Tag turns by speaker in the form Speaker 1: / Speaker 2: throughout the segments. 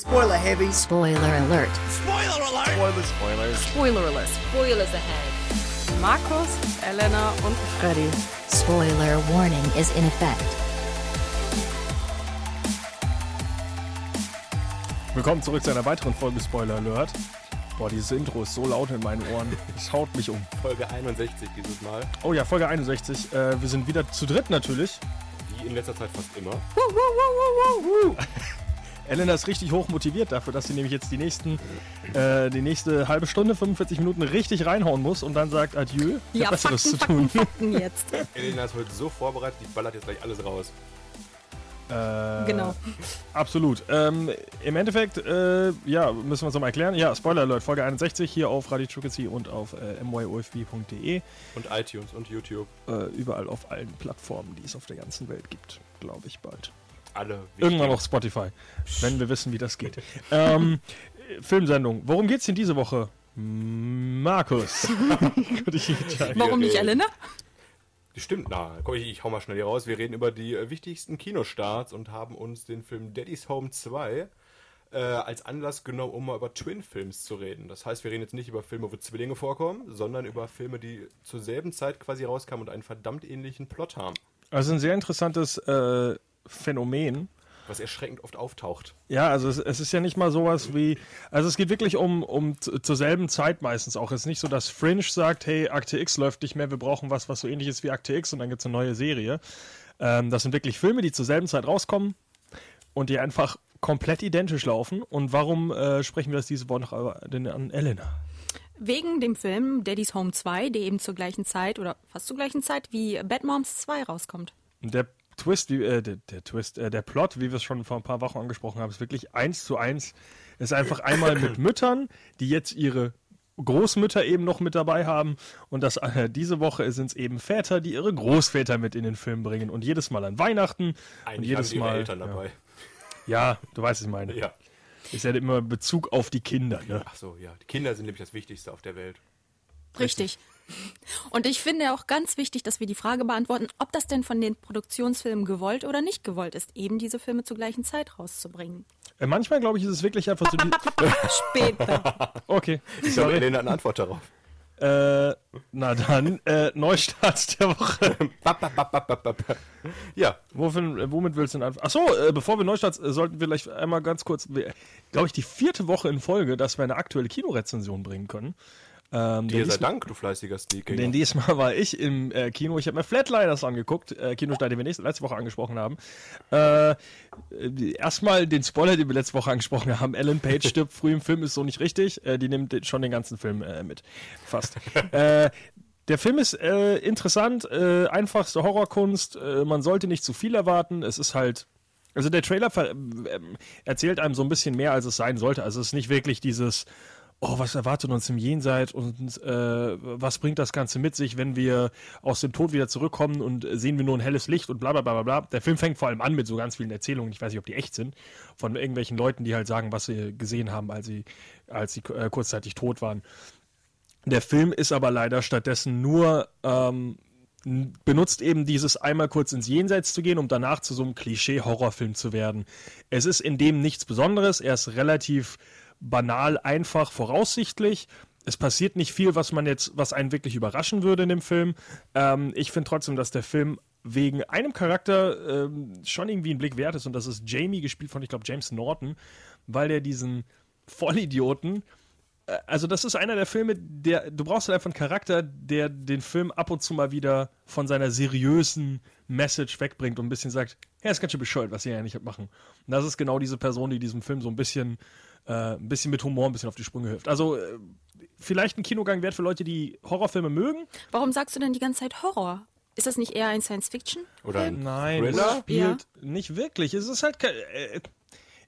Speaker 1: Spoiler heavy.
Speaker 2: Spoiler alert.
Speaker 1: Spoiler alert. Spoilers. Spoilers.
Speaker 3: Spoiler alert. Spoilers ahead.
Speaker 4: Markus, Elena und Freddy.
Speaker 2: Spoiler warning is in effect.
Speaker 5: Willkommen zurück zu einer weiteren Folge Spoiler Alert. Boah, dieses Intro ist so laut in meinen Ohren. Es haut mich um.
Speaker 6: Folge 61 dieses Mal,
Speaker 5: Oh ja, Folge 61. Äh, wir sind wieder zu dritt natürlich.
Speaker 6: wie in letzter Zeit fast immer.
Speaker 5: Elena ist richtig hoch motiviert dafür, dass sie nämlich jetzt die, nächsten, äh, die nächste halbe Stunde, 45 Minuten richtig reinhauen muss und dann sagt Adieu. Ich hab Besseres zu tun.
Speaker 4: Fakten jetzt. äh,
Speaker 6: Elena ist heute so vorbereitet, die ballert jetzt gleich alles raus.
Speaker 5: Äh,
Speaker 4: Genau.
Speaker 5: Absolut. Ähm, Im Endeffekt, äh, ja, müssen wir uns nochmal erklären. Ja, Spoiler Alert, Folge 61 hier auf Radio Tricacy und auf äh, myofb.de.
Speaker 6: Und iTunes und YouTube.
Speaker 5: Äh, überall auf allen Plattformen, die es auf der ganzen Welt gibt, glaube ich bald.
Speaker 6: Alle.
Speaker 5: Irgendwann auch Spotify, wenn wir wissen, wie das geht. ähm, äh, Filmsendung. Worum geht's denn diese Woche? Markus. Gut, ich- ja.
Speaker 4: Warum nicht ne?
Speaker 6: äh,
Speaker 4: Elena?
Speaker 6: Stimmt, na, komm, ich, ich hau mal schnell hier raus. Wir reden über die äh, wichtigsten Kinostarts und haben uns den Film Daddy's Home 2 äh, als Anlass genommen, um mal über Twin-Films zu reden. Das heißt, wir reden jetzt nicht über Filme, wo Zwillinge vorkommen, sondern über Filme, die zur selben Zeit quasi rauskamen und einen verdammt ähnlichen Plot haben.
Speaker 5: Also ein sehr interessantes äh, Phänomen.
Speaker 6: Was erschreckend oft auftaucht.
Speaker 5: Ja, also es, es ist ja nicht mal sowas wie, also es geht wirklich um, um z- zur selben Zeit meistens auch. Es ist nicht so, dass Fringe sagt, hey, Akte X läuft nicht mehr, wir brauchen was, was so ähnlich ist wie Akte X und dann gibt's eine neue Serie. Ähm, das sind wirklich Filme, die zur selben Zeit rauskommen und die einfach komplett identisch laufen. Und warum äh, sprechen wir das diese Woche noch aber denn an Elena?
Speaker 4: Wegen dem Film Daddy's Home 2, der eben zur gleichen Zeit oder fast zur gleichen Zeit wie Bad Moms 2 rauskommt.
Speaker 5: Und Der Twist, wie, äh, der, der Twist, äh, der Plot, wie wir es schon vor ein paar Wochen angesprochen haben, ist wirklich eins zu eins. Ist einfach einmal mit Müttern, die jetzt ihre Großmütter eben noch mit dabei haben und das äh, diese Woche sind es eben Väter, die ihre Großväter mit in den Film bringen und jedes Mal an Weihnachten und
Speaker 6: Eigentlich
Speaker 5: jedes
Speaker 6: haben die ihre
Speaker 5: Mal
Speaker 6: Eltern dabei.
Speaker 5: Ja, ja, du weißt, was ich meine.
Speaker 6: Ja.
Speaker 5: Ist ja immer Bezug auf die Kinder. Ne?
Speaker 6: Ach so, ja. Die Kinder sind nämlich das Wichtigste auf der Welt.
Speaker 4: Richtig. Und ich finde auch ganz wichtig, dass wir die Frage beantworten, ob das denn von den Produktionsfilmen gewollt oder nicht gewollt ist, eben diese Filme zur gleichen Zeit rauszubringen.
Speaker 5: Äh, manchmal glaube ich, ist es wirklich einfach so. Die
Speaker 4: Später.
Speaker 5: okay,
Speaker 6: Ich glaube, Elena hat eine Antwort darauf.
Speaker 5: äh, na dann äh, Neustart der Woche.
Speaker 6: Bap, bap, bap, bap, bap, bap. Ja,
Speaker 5: Wofür, äh, womit willst du denn anfangen? Achso, äh, bevor wir Neustarts, äh, sollten wir vielleicht einmal ganz kurz, glaube ich, die vierte Woche in Folge, dass wir eine aktuelle Kinorezension bringen können. Ähm,
Speaker 6: dir
Speaker 5: denn,
Speaker 6: sei
Speaker 5: diesmal,
Speaker 6: Dank, du fleißiger Sneaker.
Speaker 5: denn diesmal war ich im äh, Kino, ich habe mir Flatliners angeguckt, äh, Kinostart, den wir nächste, letzte Woche angesprochen haben. Äh, äh, erstmal den Spoiler, den wir letzte Woche angesprochen haben. Ellen Page stirbt früh im Film, ist so nicht richtig. Äh, die nimmt den- schon den ganzen Film äh, mit. Fast. äh, der Film ist äh, interessant, äh, einfachste Horrorkunst. Äh, man sollte nicht zu viel erwarten. Es ist halt. Also der Trailer ver ähm, erzählt einem so ein bisschen mehr, als es sein sollte. Also es ist nicht wirklich dieses. Oh, was erwartet uns im Jenseits und äh, was bringt das Ganze mit sich, wenn wir aus dem Tod wieder zurückkommen und äh, sehen wir nur ein helles Licht und bla bla bla bla bla. Der Film fängt vor allem an mit so ganz vielen Erzählungen, ich weiß nicht, ob die echt sind, von irgendwelchen Leuten, die halt sagen, was sie gesehen haben, als sie, als sie äh, kurzzeitig tot waren. Der Film ist aber leider stattdessen nur ähm, n- benutzt eben dieses einmal kurz ins Jenseits zu gehen, um danach zu so einem Klischee-Horrorfilm zu werden. Es ist in dem nichts Besonderes, er ist relativ banal, einfach, voraussichtlich. Es passiert nicht viel, was man jetzt, was einen wirklich überraschen würde in dem Film. Ähm, ich finde trotzdem, dass der Film wegen einem Charakter ähm, schon irgendwie einen Blick wert ist und das ist Jamie, gespielt von, ich glaube, James Norton, weil der diesen Vollidioten also das ist einer der Filme, der du brauchst halt einfach einen Charakter, der den Film ab und zu mal wieder von seiner seriösen Message wegbringt und ein bisschen sagt, ja, ist ganz schön bescheuert, was ihr ja nicht machen. Und das ist genau diese Person, die diesem Film so ein bisschen, äh, ein bisschen mit Humor ein bisschen auf die Sprünge hilft. Also äh, vielleicht ein Kinogang wert für Leute, die Horrorfilme mögen.
Speaker 4: Warum sagst du denn die ganze Zeit Horror? Ist das nicht eher ein Science-Fiction?
Speaker 6: Oder ein
Speaker 5: Nein, es
Speaker 6: Thriller?
Speaker 5: spielt nicht wirklich. Es ist halt ke- äh,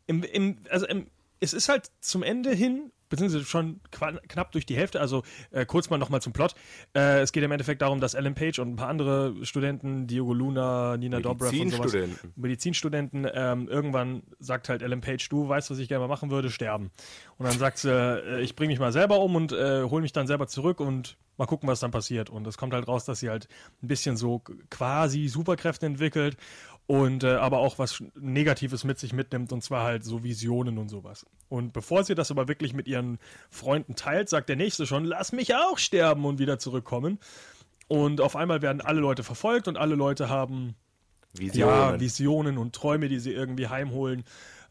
Speaker 5: im, im, also im, es ist halt zum Ende hin beziehungsweise schon qua- knapp durch die Hälfte, also äh, kurz mal nochmal zum Plot. Äh, es geht im Endeffekt darum, dass Alan Page und ein paar andere Studenten, Diogo Luna, Nina Dobrev und sowas,
Speaker 6: Medizinstudenten.
Speaker 5: Medizinstudenten, ähm, irgendwann sagt halt Ellen Page, du weißt, was ich gerne mal machen würde, sterben. Und dann sagt sie, äh, ich bringe mich mal selber um und äh, hole mich dann selber zurück und mal gucken, was dann passiert. Und es kommt halt raus, dass sie halt ein bisschen so quasi Superkräfte entwickelt und äh, aber auch was Negatives mit sich mitnimmt und zwar halt so Visionen und sowas. Und bevor sie das aber wirklich mit ihren Freunden teilt, sagt der Nächste schon, lass mich auch sterben und wieder zurückkommen. Und auf einmal werden alle Leute verfolgt und alle Leute haben ja, Visionen und Träume, die sie irgendwie heimholen.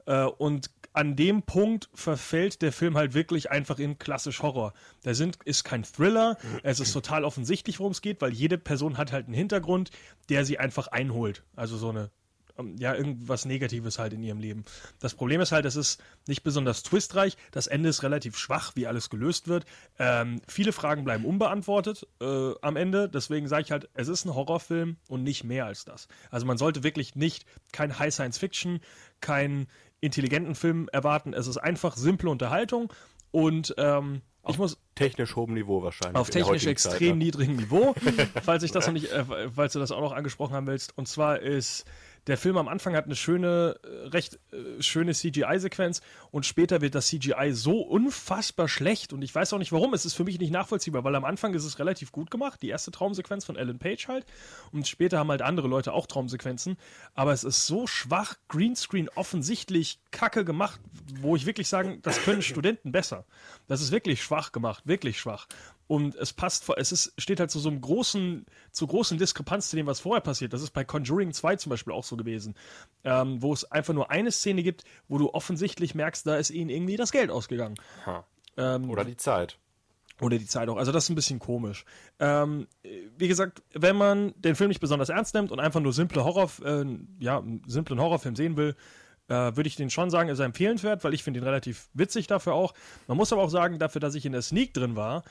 Speaker 5: Äh, und an dem Punkt verfällt der Film halt wirklich einfach in klassisch Horror. Da sind, ist kein Thriller, es ist total offensichtlich, worum es geht, weil jede Person hat halt einen Hintergrund, der sie einfach einholt. Also so eine, ähm, ja, irgendwas Negatives halt in ihrem Leben. Das Problem ist halt, es ist nicht besonders twistreich, das Ende ist relativ schwach, wie alles gelöst wird. Ähm, viele Fragen bleiben unbeantwortet äh, am Ende, deswegen sage ich halt, es ist ein Horrorfilm und nicht mehr als das. Also man sollte wirklich nicht, kein High Science Fiction, kein intelligenten Film erwarten. Es ist einfach simple Unterhaltung und ähm, ich muss
Speaker 6: Technisch hohem Niveau wahrscheinlich.
Speaker 5: auf
Speaker 6: in der
Speaker 5: technisch
Speaker 6: heutigen Zeit,
Speaker 5: extrem
Speaker 6: ne?
Speaker 5: niedrigem Niveau, falls ich das noch nicht, äh, falls du das auch noch angesprochen haben willst. Und zwar ist der Film am Anfang hat eine schöne, äh, recht äh, schöne CGI-Sequenz und später wird das CGI so unfassbar schlecht und ich weiß auch nicht warum. Es ist für mich nicht nachvollziehbar, weil am Anfang ist es relativ gut gemacht, die erste Traumsequenz von Ellen Page halt und später haben halt andere Leute auch Traumsequenzen, aber es ist so schwach, Greenscreen offensichtlich kacke gemacht, wo ich wirklich sagen, das können Studenten besser. Das ist wirklich schwach gemacht, wirklich schwach. Und es passt, vor- es ist, steht halt zu so einem großen, zu großen Diskrepanz zu dem, was vorher passiert. Das ist bei Conjuring 2 zum Beispiel auch so gewesen, ähm, wo es einfach nur eine Szene gibt, wo du offensichtlich merkst, da ist ihnen irgendwie das Geld ausgegangen.
Speaker 6: Ha.
Speaker 5: Ähm,
Speaker 6: Oder die Zeit.
Speaker 5: oder die Zeit auch. Also das ist ein bisschen komisch. Ähm, wie gesagt, wenn man den Film nicht besonders ernst nimmt und einfach nur simple Horror, äh, ja, einen simplen Horrorfilm sehen will, äh, würde ich den schon sagen, ist er empfehlenswert, weil ich finde ihn relativ witzig dafür auch. Man muss aber auch sagen, dafür, dass ich in der Sneak drin war,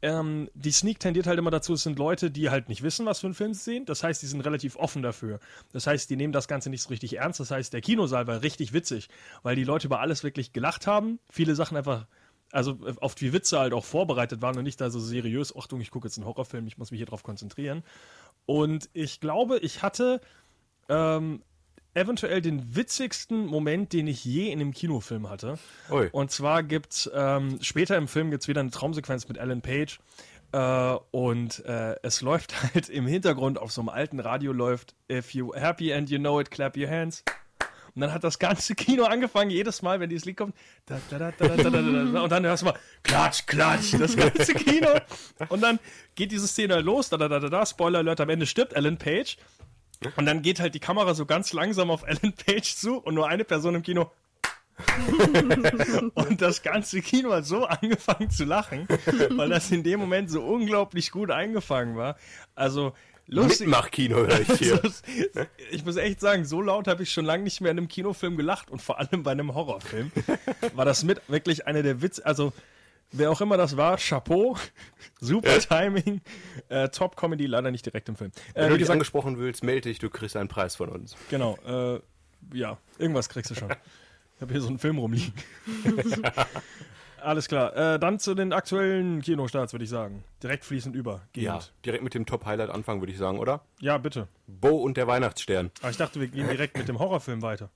Speaker 5: ähm, die Sneak tendiert halt immer dazu, es sind Leute, die halt nicht wissen, was für einen Film sie sehen. Das heißt, die sind relativ offen dafür. Das heißt, die nehmen das Ganze nicht so richtig ernst. Das heißt, der Kinosaal war richtig witzig, weil die Leute über alles wirklich gelacht haben, viele Sachen einfach, also äh, auf die Witze halt auch vorbereitet waren und nicht da so seriös, Achtung, ich gucke jetzt einen Horrorfilm, ich muss mich hier drauf konzentrieren. Und ich glaube, ich hatte ähm, eventuell den witzigsten Moment, den ich je in einem Kinofilm hatte.
Speaker 6: Ui.
Speaker 5: Und zwar gibt's ähm, später im Film gibt's wieder eine Traumsequenz mit Alan Page. Äh, und äh, es läuft halt im Hintergrund auf so einem alten Radio läuft If you happy and you know it, clap your hands. Und dann hat das ganze Kino angefangen, jedes Mal, wenn dieses Lied kommt. Da, da, da, da, da, da, da, da, da, und dann hörst du mal, klatsch, klatsch, das ganze Kino. Und dann geht diese Szene halt los, da, da, da, da, da, Spoiler Alert, am Ende stirbt Alan Page. Und dann geht halt die Kamera so ganz langsam auf Alan Page zu und nur eine Person im Kino. und das ganze Kino hat so angefangen zu lachen, weil das in dem Moment so unglaublich gut eingefangen war. Also lustig.
Speaker 6: Mitmach-Kino höre ich hier.
Speaker 5: Also, ich muss echt sagen, so laut habe ich schon lange nicht mehr in einem Kinofilm gelacht und vor allem bei einem Horrorfilm war das mit wirklich einer der Witz. Also wer auch immer das war, Chapeau, super Timing, äh, Top Comedy, leider nicht direkt im Film. Äh,
Speaker 6: Wenn
Speaker 5: wie
Speaker 6: du dich
Speaker 5: gesagt,
Speaker 6: angesprochen willst, melde dich, du kriegst einen Preis von uns.
Speaker 5: Genau, äh, ja, irgendwas kriegst du schon. Ich habe hier so einen Film rumliegen. Alles klar, äh, dann zu den aktuellen Kinostarts, würde ich sagen. Direkt fließend über. Gehend.
Speaker 6: Direkt mit dem Top-Highlight anfangen, würde ich sagen, oder?
Speaker 5: Ja. bitte.
Speaker 6: Bo und der Weihnachtsstern.
Speaker 5: Aber ich dachte, wir gehen direkt mit dem Horrorfilm weiter.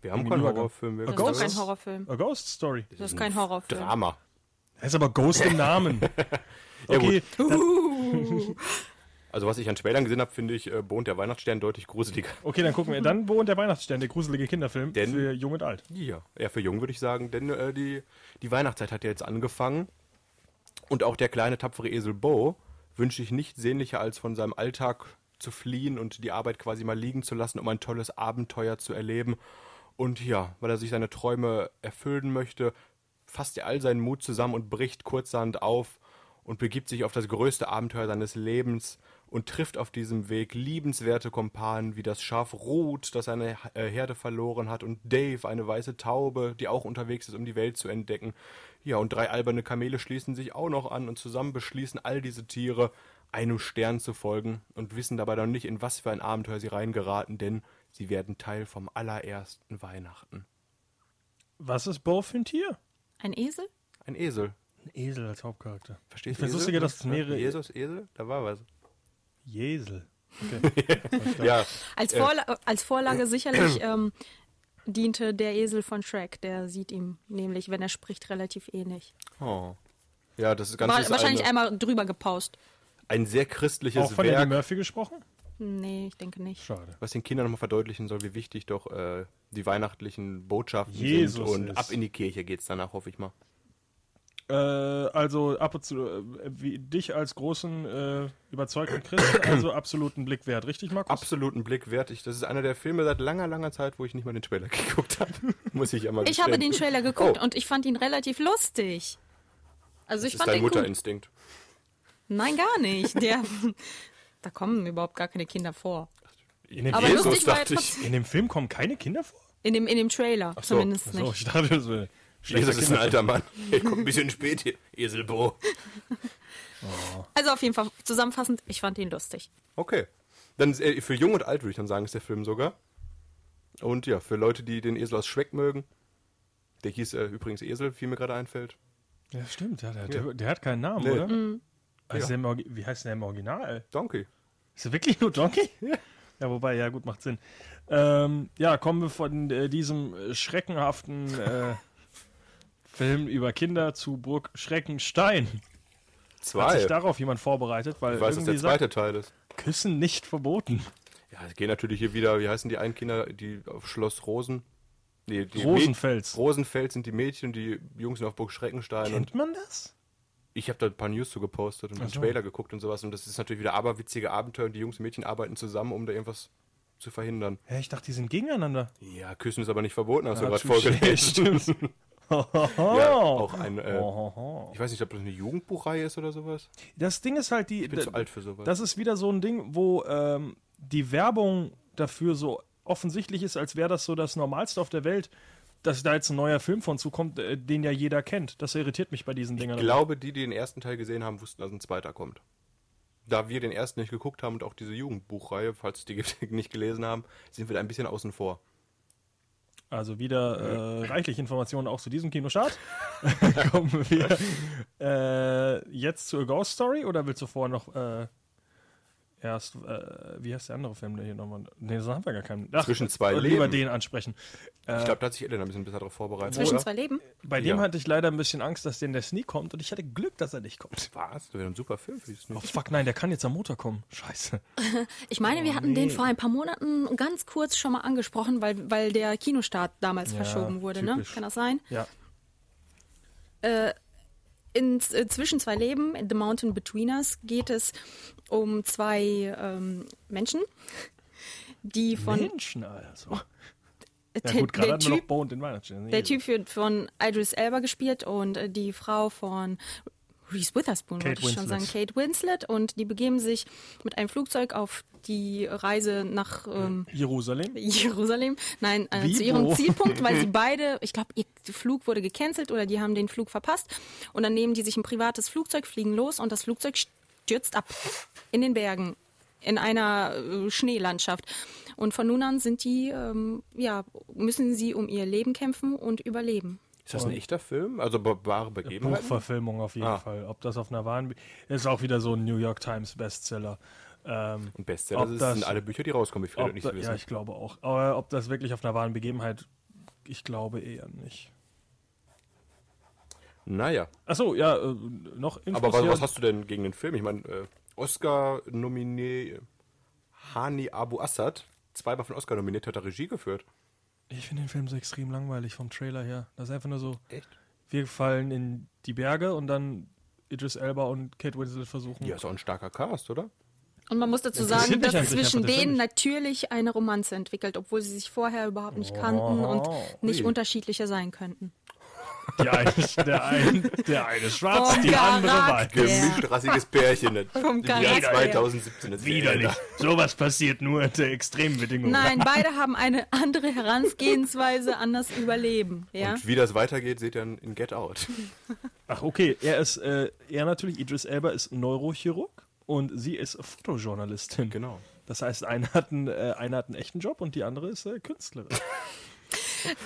Speaker 6: Wir haben
Speaker 5: Irgendwie
Speaker 6: keinen
Speaker 5: nur-
Speaker 6: Horrorfilm. Wir
Speaker 4: Das ist doch
Speaker 5: Ghost?
Speaker 4: kein Horrorfilm.
Speaker 5: A Ghost Story.
Speaker 4: Das ist kein Horrorfilm.
Speaker 6: Drama.
Speaker 5: Da ist aber Ghost im Namen. Okay,
Speaker 6: Also was ich an Trailern gesehen habe, finde ich äh, Bo und der Weihnachtsstern deutlich gruseliger.
Speaker 5: okay, dann gucken wir. Dann Bo und der Weihnachtsstern, der gruselige Kinderfilm
Speaker 6: Denn-
Speaker 5: für Jung und Alt.
Speaker 6: Ja, eher für jung würde ich sagen, denn äh, die, die Weihnachtszeit hat ja jetzt angefangen. Und auch der kleine tapfere Esel Bo wünsche ich nicht sehnlicher, als von seinem Alltag zu fliehen und die Arbeit quasi mal liegen zu lassen, um ein tolles Abenteuer zu erleben. Und ja, weil er sich seine Träume erfüllen möchte, fasst er all seinen Mut zusammen und bricht kurzerhand auf und begibt sich auf das größte Abenteuer seines Lebens und trifft auf diesem Weg liebenswerte Kompanen wie das Schaf Ruth, das seine äh, Herde verloren hat, und Dave, eine weiße Taube, die auch unterwegs ist, um die Welt zu entdecken. Ja, und drei alberne Kamele schließen sich auch noch an und zusammen beschließen all diese Tiere, einem Stern zu folgen und wissen dabei noch nicht, in was für ein Abenteuer sie reingeraten, denn sie werden Teil vom allerersten Weihnachten.
Speaker 5: Was ist Bo für ein Tier?
Speaker 4: Ein Esel?
Speaker 6: Ein Esel.
Speaker 5: Ein Esel als Hauptcharakter.
Speaker 6: Verstehst
Speaker 5: Ich find's
Speaker 6: Esel?
Speaker 5: lustiger, dass es mehrere-
Speaker 6: Jesus, Esel? Da war was.
Speaker 5: Jesel.
Speaker 6: Ja,
Speaker 4: Als, Vorla äh, als Vorlage sicherlich ähm, diente der Esel von Shrek. Der sieht ihm nämlich, wenn er spricht, relativ ähnlich.
Speaker 6: Oh. Ja, das ist ganz
Speaker 4: War
Speaker 6: ist
Speaker 4: wahrscheinlich
Speaker 6: eine,
Speaker 4: einmal drüber gepaust.
Speaker 6: ein sehr christliches
Speaker 5: Auch von Eddie
Speaker 6: Werk.
Speaker 5: Murphy gesprochen?
Speaker 4: Nee, ich denke nicht.
Speaker 5: Schade.
Speaker 6: was den Kindern nochmal verdeutlichen soll, wie wichtig doch äh, die weihnachtlichen Botschaften
Speaker 5: Jesus
Speaker 6: sind. Und
Speaker 5: ist.
Speaker 6: ab in die Kirche geht's danach, hoffe ich mal.
Speaker 5: Äh, also ab und zu, äh, wie dich als großen, äh, überzeugten Christen, also absoluten Blick wert, richtig, Markus?
Speaker 6: Absoluten Blick wert. Ich, das ist einer der Filme seit langer, langer Zeit, wo ich nicht mal den Trailer geguckt habe. Muss ich einmal
Speaker 4: Ich habe den Trailer geguckt und ich fand ihn relativ lustig. Also ich
Speaker 6: Oh. Das ist
Speaker 4: fand
Speaker 6: dein
Speaker 4: den gut.
Speaker 6: Mutterinstinkt.
Speaker 4: Nein, gar nicht. Der, da kommen überhaupt gar keine Kinder vor.
Speaker 5: In dem,
Speaker 4: Aber
Speaker 5: Film,
Speaker 4: lustig war er
Speaker 6: dachte ich.
Speaker 4: trotzdem.
Speaker 5: in dem Film kommen keine Kinder vor?
Speaker 4: In dem, in dem Trailer
Speaker 6: so.
Speaker 4: zumindest
Speaker 5: So,
Speaker 4: nicht.
Speaker 5: ich dachte, das wäre schlechter
Speaker 6: Jesus ist ein
Speaker 5: Kinderfilm.
Speaker 6: alter Mann. Ich komme ein bisschen spät hier. Eselbo.
Speaker 4: Also auf jeden Fall zusammenfassend, ich fand ihn lustig.
Speaker 6: Okay. Dann ist er, für jung und alt würde ich dann sagen, ist der Film sogar. Und ja, für Leute, die den Esel aus Schreck mögen. Der hieß äh, übrigens Esel, wie mir gerade einfällt.
Speaker 5: Ja, stimmt, ja, der, der, der hat keinen Namen,
Speaker 6: Nee.
Speaker 5: oder? Also der im Orgi- Wie heißt der im Original?
Speaker 6: Donkey.
Speaker 5: Ist er wirklich nur Donkey? Ja, wobei, ja, gut, macht Sinn. Ähm, ja, kommen wir von äh, diesem äh, schreckenhaften äh, Film über Kinder zu Burg Schreckenstein. Hat
Speaker 6: Zwei.
Speaker 5: sich
Speaker 6: Ich
Speaker 5: darauf jemand vorbereitet? Weil
Speaker 6: weiß, dass
Speaker 5: irgendwie
Speaker 6: der
Speaker 5: sagt,
Speaker 6: zweite Teil ist.
Speaker 5: Küssen nicht verboten.
Speaker 6: Ja, es gehen natürlich hier wieder, wie heißen die einen Kinder, die auf Schloss Rosen? Nee, die
Speaker 5: Rosenfels.
Speaker 6: Mäd- Rosenfels sind die Mädchen, die Jungs sind auf Burg Schreckenstein. Und
Speaker 5: Kennt man das?
Speaker 6: ich habe da ein paar News zu gepostet und einen
Speaker 5: so.
Speaker 6: Trailer geguckt und sowas. Und das ist natürlich wieder aberwitzige Abenteuer und die Jungs und Mädchen arbeiten zusammen, um da irgendwas zu verhindern.
Speaker 5: Ja, ich dachte, die sind gegeneinander.
Speaker 6: Ja, Küssen ist aber nicht verboten, hast du
Speaker 5: Ja,
Speaker 6: gerade
Speaker 5: touché,
Speaker 6: vorgelesen. ja, auch ein, äh,
Speaker 5: Oh. Ohoho.
Speaker 6: ich weiß nicht, ob das eine Jugendbuchreihe ist oder sowas.
Speaker 5: Das Ding ist halt, die.
Speaker 6: Ich bin zu alt für sowas.
Speaker 5: Das ist wieder so ein Ding, wo ähm, die Werbung dafür so offensichtlich ist, als wäre das so das Normalste auf der Welt, dass da jetzt ein neuer Film von zukommt, äh, den ja jeder kennt. Das irritiert mich bei diesen Dingern.
Speaker 6: ich glaube, die, die den ersten Teil gesehen haben, wussten, dass ein zweiter kommt. Da wir den ersten nicht geguckt haben und auch diese Jugendbuchreihe, falls es die gibt, nicht gelesen haben, sind wir da ein bisschen außen vor.
Speaker 5: Also wieder äh, reichlich Informationen auch zu diesem Kinostart. Kommen wir äh, jetzt zur Ghost Story oder willst du vorher noch äh, erst, äh, wie heißt der andere Film der hier nochmal? Ne, das haben wir gar keinen. Ach,
Speaker 6: Zwischen zwei
Speaker 5: Lieber
Speaker 6: Leben.
Speaker 5: den ansprechen. Äh.
Speaker 6: Ich glaube, da hat sich Ellen ein bisschen besser darauf vorbereitet.
Speaker 4: Zwischen
Speaker 6: oder?
Speaker 4: zwei Leben.
Speaker 5: Bei dem
Speaker 6: Ja.
Speaker 5: hatte ich leider ein bisschen Angst, dass der in der Sneak kommt und ich hatte Glück, dass er nicht kommt.
Speaker 6: Was? Das wäre ein super Film für dieses
Speaker 5: Oh fuck, nein, der kann jetzt am Montag kommen. Scheiße.
Speaker 4: Ich meine,
Speaker 5: Oh,
Speaker 4: wir hatten den vor ein paar Monaten ganz kurz schon mal angesprochen, weil, weil der Kinostart damals verschoben wurde. Ne?
Speaker 5: typisch.
Speaker 4: Kann das sein?
Speaker 5: Ja.
Speaker 4: In Z- äh, Zwischen zwei Leben, in The Mountain Between Us, geht es um zwei ähm, Menschen, die von Oh.
Speaker 5: Menschen also. Ja
Speaker 4: der,
Speaker 5: gut, gerade
Speaker 4: der
Speaker 5: hatten wir noch
Speaker 4: Typ,
Speaker 5: Bond in Weihnachtsstern.
Speaker 4: der Typ für, von Idris Elba gespielt und äh, die Frau von Reese Witherspoon,
Speaker 5: Kate
Speaker 4: wollte ich schon
Speaker 5: Winslet.
Speaker 4: sagen, Kate Winslet. Und die begeben sich mit einem Flugzeug auf die Reise nach ähm,
Speaker 5: Jerusalem.
Speaker 4: Jerusalem. Nein, äh,
Speaker 5: Wie,
Speaker 4: zu ihrem
Speaker 5: wo?
Speaker 4: Zielpunkt, weil sie beide, ich glaube, ihr Flug wurde gecancelt oder die haben den Flug verpasst. Und dann nehmen die sich ein privates Flugzeug, fliegen los und das Flugzeug stürzt ab in den Bergen, in einer äh, Schneelandschaft. Und von nun an sind die, ähm, ja, müssen sie um ihr Leben kämpfen und überleben.
Speaker 6: Ist das ein echter Film? Also ba- wahre Begebenheit?
Speaker 5: Buchverfilmung auf jeden
Speaker 6: Ah.
Speaker 5: Fall. Ob das auf einer wahren... Ist auch wieder so ein New York Times Bestseller. Ähm,
Speaker 6: Ein Bestseller
Speaker 5: Ob
Speaker 6: das
Speaker 5: das-
Speaker 6: sind alle Bücher, die rauskommen, wie viele
Speaker 5: ob
Speaker 6: Leute nicht
Speaker 5: da,
Speaker 6: wissen.
Speaker 5: ja, ich glaube auch. Aber ob das wirklich auf einer wahren Begebenheit... Ich glaube eher nicht.
Speaker 6: naja,
Speaker 5: Achso, ja, äh, noch
Speaker 6: aber was,
Speaker 5: interessiert-
Speaker 6: was hast du denn gegen den Film? Ich meine, äh, Oscar-Nominee Hani Abu Assad, zweimal von Oscar nominiert, hat er Regie geführt.
Speaker 5: Ich finde den Film so extrem langweilig vom Trailer her. Das ist einfach nur so...
Speaker 6: Echt?
Speaker 5: wir fallen in die Berge und dann Idris Elba und Kate Winslet versuchen.
Speaker 6: Ja, ist auch ein starker Cast, oder?
Speaker 4: Und man muss dazu
Speaker 5: Interessiert
Speaker 4: sagen,
Speaker 5: mich
Speaker 4: dass
Speaker 5: eigentlich
Speaker 4: zwischen
Speaker 5: einfach
Speaker 4: denen
Speaker 5: persönlich.
Speaker 4: natürlich eine Romanze entwickelt, obwohl sie sich vorher überhaupt nicht kannten und
Speaker 5: Oh,
Speaker 4: nicht
Speaker 6: ui.
Speaker 4: unterschiedlicher sein könnten.
Speaker 5: Die eine, der, ein, der eine ist schwarz,
Speaker 4: Vom
Speaker 5: die andere
Speaker 4: Charakter.
Speaker 5: weiß.
Speaker 6: Gemischtrassiges Pärchen. ne?
Speaker 4: Vom
Speaker 6: Im Jahr
Speaker 4: Charakter.
Speaker 6: 2017. das ist
Speaker 5: Widerlich.
Speaker 6: ja-
Speaker 5: Sowas passiert nur unter extremen Bedingungen.
Speaker 4: Nein, beide haben eine andere Herangehensweise an das Überleben. Ja?
Speaker 6: Und wie das weitergeht, seht ihr in in Get Out.
Speaker 5: Ach, okay. Er ist, äh, er natürlich, Idris Elba ist Neurochirurg und sie ist Fotojournalistin.
Speaker 6: Genau.
Speaker 5: Das heißt, einer hat einen, äh, einer hat einen echten Job und die andere ist äh, Künstlerin.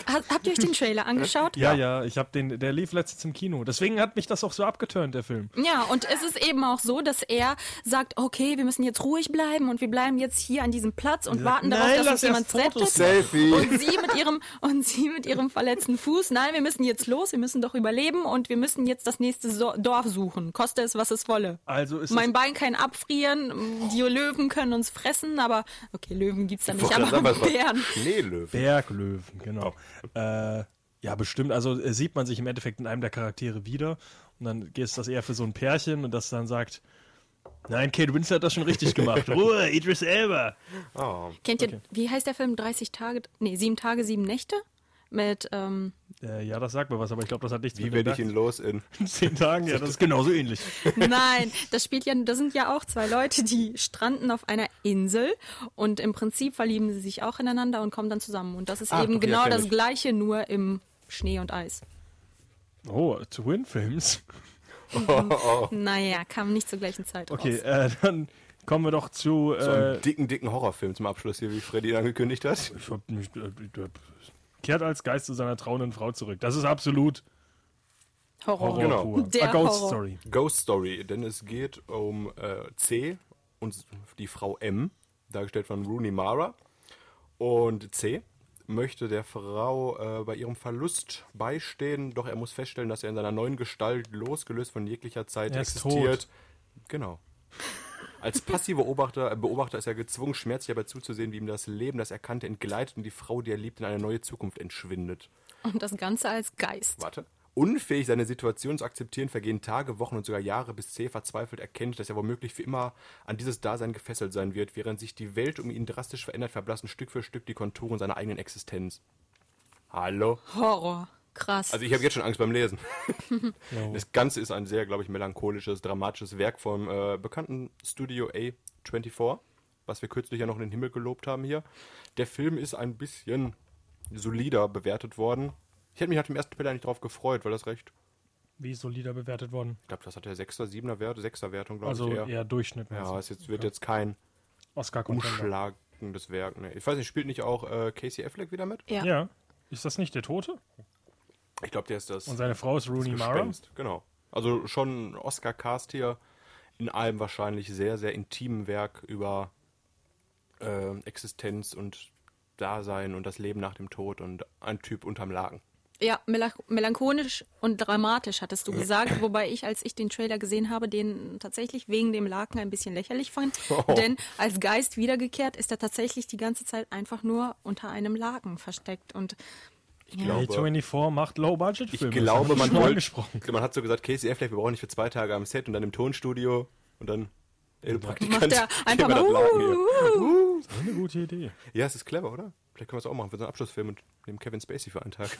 Speaker 4: Ha- Habt ihr euch den Trailer angeschaut?
Speaker 5: Ja, ja, ich habe den, der lief letztens im Kino. Deswegen hat mich das auch so abgeturnt, der Film.
Speaker 4: Ja, und es ist eben auch so, dass er sagt, okay, wir müssen jetzt ruhig bleiben und wir bleiben jetzt hier an diesem Platz und warten
Speaker 5: nein,
Speaker 4: darauf, dass
Speaker 5: lass
Speaker 4: uns jemand
Speaker 5: erst Fotos
Speaker 4: rettet.
Speaker 6: Selfie.
Speaker 4: Und sie mit ihrem und sie mit ihrem verletzten Fuß. Nein, wir müssen jetzt los, wir müssen doch überleben und wir müssen jetzt das nächste so Dorf suchen. Koste es, was es wolle.
Speaker 5: Also ist
Speaker 4: mein
Speaker 5: es,
Speaker 4: Bein kann abfrieren, die Löwen können uns fressen, aber okay, Löwen gibt's da nicht,
Speaker 6: wollte
Speaker 4: aber
Speaker 6: gerade sagen, was war-
Speaker 4: Bären.
Speaker 6: Schneelöwen.
Speaker 5: Berglöwen, genau. Äh, ja, bestimmt. Also äh, sieht man sich im Endeffekt in einem der Charaktere wieder. Und dann ist das eher für so ein Pärchen und das dann sagt, nein, Kate Winslet hat das schon richtig gemacht. Ruhe, Idris Elba.
Speaker 6: Oh.
Speaker 4: Kennt ihr, wie heißt der Film? 30 Tage, nee, 7 Tage, 7 Nächte? Mit, ähm,
Speaker 5: Äh, ja, das sagt mir was, aber ich glaube, das hat nichts
Speaker 6: Wie
Speaker 5: mit dem
Speaker 6: werde ich ihn
Speaker 5: Tag-
Speaker 6: los in?
Speaker 5: zehn Tagen? Ja, das ist genauso ähnlich.
Speaker 4: Nein, das spielt ja, das sind ja auch zwei Leute, die stranden auf einer Insel und im Prinzip verlieben sie sich auch ineinander und kommen dann zusammen. Und das ist
Speaker 6: Ah,
Speaker 4: eben
Speaker 6: okay,
Speaker 4: genau
Speaker 6: kenn
Speaker 4: das
Speaker 6: ich.
Speaker 4: Gleiche, nur im Schnee und Eis.
Speaker 5: Oh, Twin Films.
Speaker 6: Oh.
Speaker 4: Naja, kam nicht zur gleichen Zeit
Speaker 5: Okay,
Speaker 4: raus.
Speaker 5: äh, dann kommen wir doch zu.
Speaker 6: So
Speaker 5: Äh,
Speaker 6: einen dicken, dicken Horrorfilm zum Abschluss hier, wie Freddy angekündigt hat.
Speaker 5: ich hab mich, äh, äh, kehrt als Geist zu seiner trauenden Frau zurück. Das ist absolut
Speaker 4: Horror.
Speaker 5: Horror.
Speaker 6: Genau.
Speaker 5: pur.
Speaker 4: Der
Speaker 5: A Ghost
Speaker 4: Horror.
Speaker 5: Story.
Speaker 6: Ghost Story, denn es geht um äh, C und die Frau M, dargestellt von Rooney Mara. Und C möchte der Frau äh, bei ihrem Verlust beistehen, doch er muss feststellen, dass er in seiner neuen Gestalt losgelöst von jeglicher Zeit
Speaker 5: Er ist
Speaker 6: existiert. Genau. Als passiver Beobachter, äh, Beobachter ist er gezwungen, schmerzlich dabei zuzusehen, wie ihm das Leben, das er kannte, entgleitet und die Frau, die er liebt, in eine neue Zukunft entschwindet.
Speaker 4: Und das Ganze als Geist.
Speaker 6: Warte. Unfähig, seine Situation zu akzeptieren, vergehen Tage, Wochen und sogar Jahre, bis C verzweifelt erkennt, dass er womöglich für immer an dieses Dasein gefesselt sein wird. Während sich die Welt um ihn drastisch verändert, verblassen Stück für Stück die Konturen seiner eigenen Existenz. Hallo?
Speaker 4: Horror. Krass.
Speaker 6: Also ich habe jetzt schon Angst beim Lesen. das Ganze ist ein sehr, glaube ich, melancholisches, dramatisches Werk vom äh, bekannten Studio A24, was wir kürzlich ja noch in den Himmel gelobt haben hier. Der Film ist ein bisschen solider bewertet worden. Ich hätte mich nach dem ersten Trailer nicht drauf gefreut, weil das recht
Speaker 5: Wie solider bewertet worden.
Speaker 6: ich glaube, das hat der Sechster, Siebener Wert, Sechster Wertung, glaube
Speaker 5: Also
Speaker 6: ich eher.
Speaker 5: eher, Durchschnitt.
Speaker 6: Ja, es jetzt, wird jetzt kein
Speaker 5: Oscar Contender.
Speaker 6: umschlagendes Werk. Ne. Ich weiß nicht, spielt nicht auch äh, Casey Affleck wieder mit?
Speaker 4: ja.
Speaker 5: Ja. Ist das nicht der Tote?
Speaker 6: Ich glaube, der ist das,
Speaker 5: Und seine Frau ist
Speaker 6: das
Speaker 5: Rooney Mara.
Speaker 6: Gespenst. Genau. Also schon ein Oscar-Cast hier. In allem wahrscheinlich sehr, sehr intimen Werk über äh, Existenz und Dasein und das Leben nach dem Tod und ein Typ unterm Laken.
Speaker 4: Ja, melach- melancholisch und dramatisch hattest du gesagt, wobei ich, als ich den Trailer gesehen habe, den tatsächlich wegen dem Laken ein bisschen lächerlich fand.
Speaker 5: Oh.
Speaker 4: Denn als Geist wiedergekehrt ist er tatsächlich die ganze Zeit einfach nur unter einem Laken versteckt. Und
Speaker 6: Ich glaube,
Speaker 5: A24 macht
Speaker 6: ich
Speaker 5: Low-Budget-Filme.
Speaker 6: glaube man,
Speaker 5: angesprochen.
Speaker 6: wollte, man hat so gesagt, Casey Affleck, wir brauchen dich für zwei Tage am Set und dann im Tonstudio und dann... Ey, du Praktikant,
Speaker 4: macht er einfach
Speaker 6: gib
Speaker 4: mal.
Speaker 6: mir das Laken hier.
Speaker 4: Uh,
Speaker 5: Eine gute Idee.
Speaker 6: Ja, es ist clever, oder? Vielleicht können wir es auch machen für so einen Abschlussfilm und nehmen Kevin Spacey für einen Tag.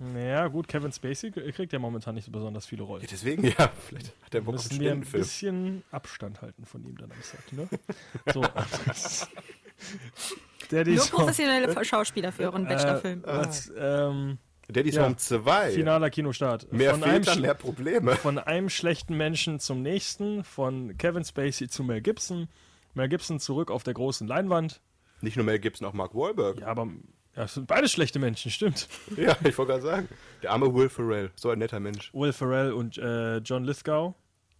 Speaker 5: Naja, gut, Kevin Spacey kriegt ja momentan nicht so besonders viele Rollen.
Speaker 6: Deswegen, ja, vielleicht hat er Bock auf
Speaker 5: Müssen
Speaker 6: einen
Speaker 5: wir ein
Speaker 6: Spendenfilm.
Speaker 5: bisschen Abstand halten von ihm dann am Set, ne? So. Daddy
Speaker 4: nur
Speaker 5: Song.
Speaker 4: professionelle Schauspieler für ihren
Speaker 5: Äh,
Speaker 4: Bachelorfilm.
Speaker 5: was, ähm,
Speaker 6: Daddy's
Speaker 5: Ja.
Speaker 6: Home 2.
Speaker 5: finaler Kinostart.
Speaker 6: Mehr
Speaker 5: von, einem,
Speaker 6: Filter,
Speaker 5: schl-
Speaker 6: mehr Probleme.
Speaker 5: von einem schlechten Menschen zum nächsten, von Kevin Spacey zu Mel Gibson. Mel Gibson zurück auf der großen Leinwand.
Speaker 6: Nicht nur Mel Gibson, auch Mark Wahlberg.
Speaker 5: Ja, aber ja, es sind beide schlechte Menschen, stimmt.
Speaker 6: Ja, ich wollte gerade sagen. Der arme Will Ferrell, so ein netter Mensch.
Speaker 5: Will Ferrell und äh, John Lithgow,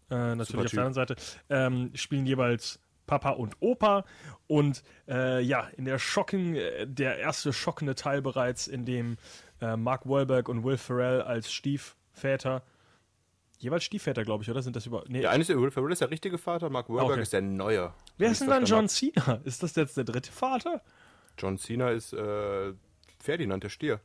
Speaker 5: äh, natürlich auf
Speaker 6: Typ.
Speaker 5: der anderen Seite, ähm, spielen jeweils Papa und Opa. Und äh, ja, in der schocken, äh, der erste schockende Teil bereits, in dem äh, Mark Wahlberg und Will Ferrell als Stiefväter, jeweils Stiefväter, glaube ich, oder? Sind das über. Nee,
Speaker 6: Der eine ist der Will Ferrell, ist der richtige Vater, Mark Wahlberg
Speaker 5: Okay.
Speaker 6: ist der neue.
Speaker 5: wer
Speaker 6: Und
Speaker 5: ist
Speaker 6: ich
Speaker 5: denn dann
Speaker 6: dachte,
Speaker 5: John Cena? Ist das jetzt der dritte Vater?
Speaker 6: Mark- John Cena ist äh, Ferdinand, der Stier.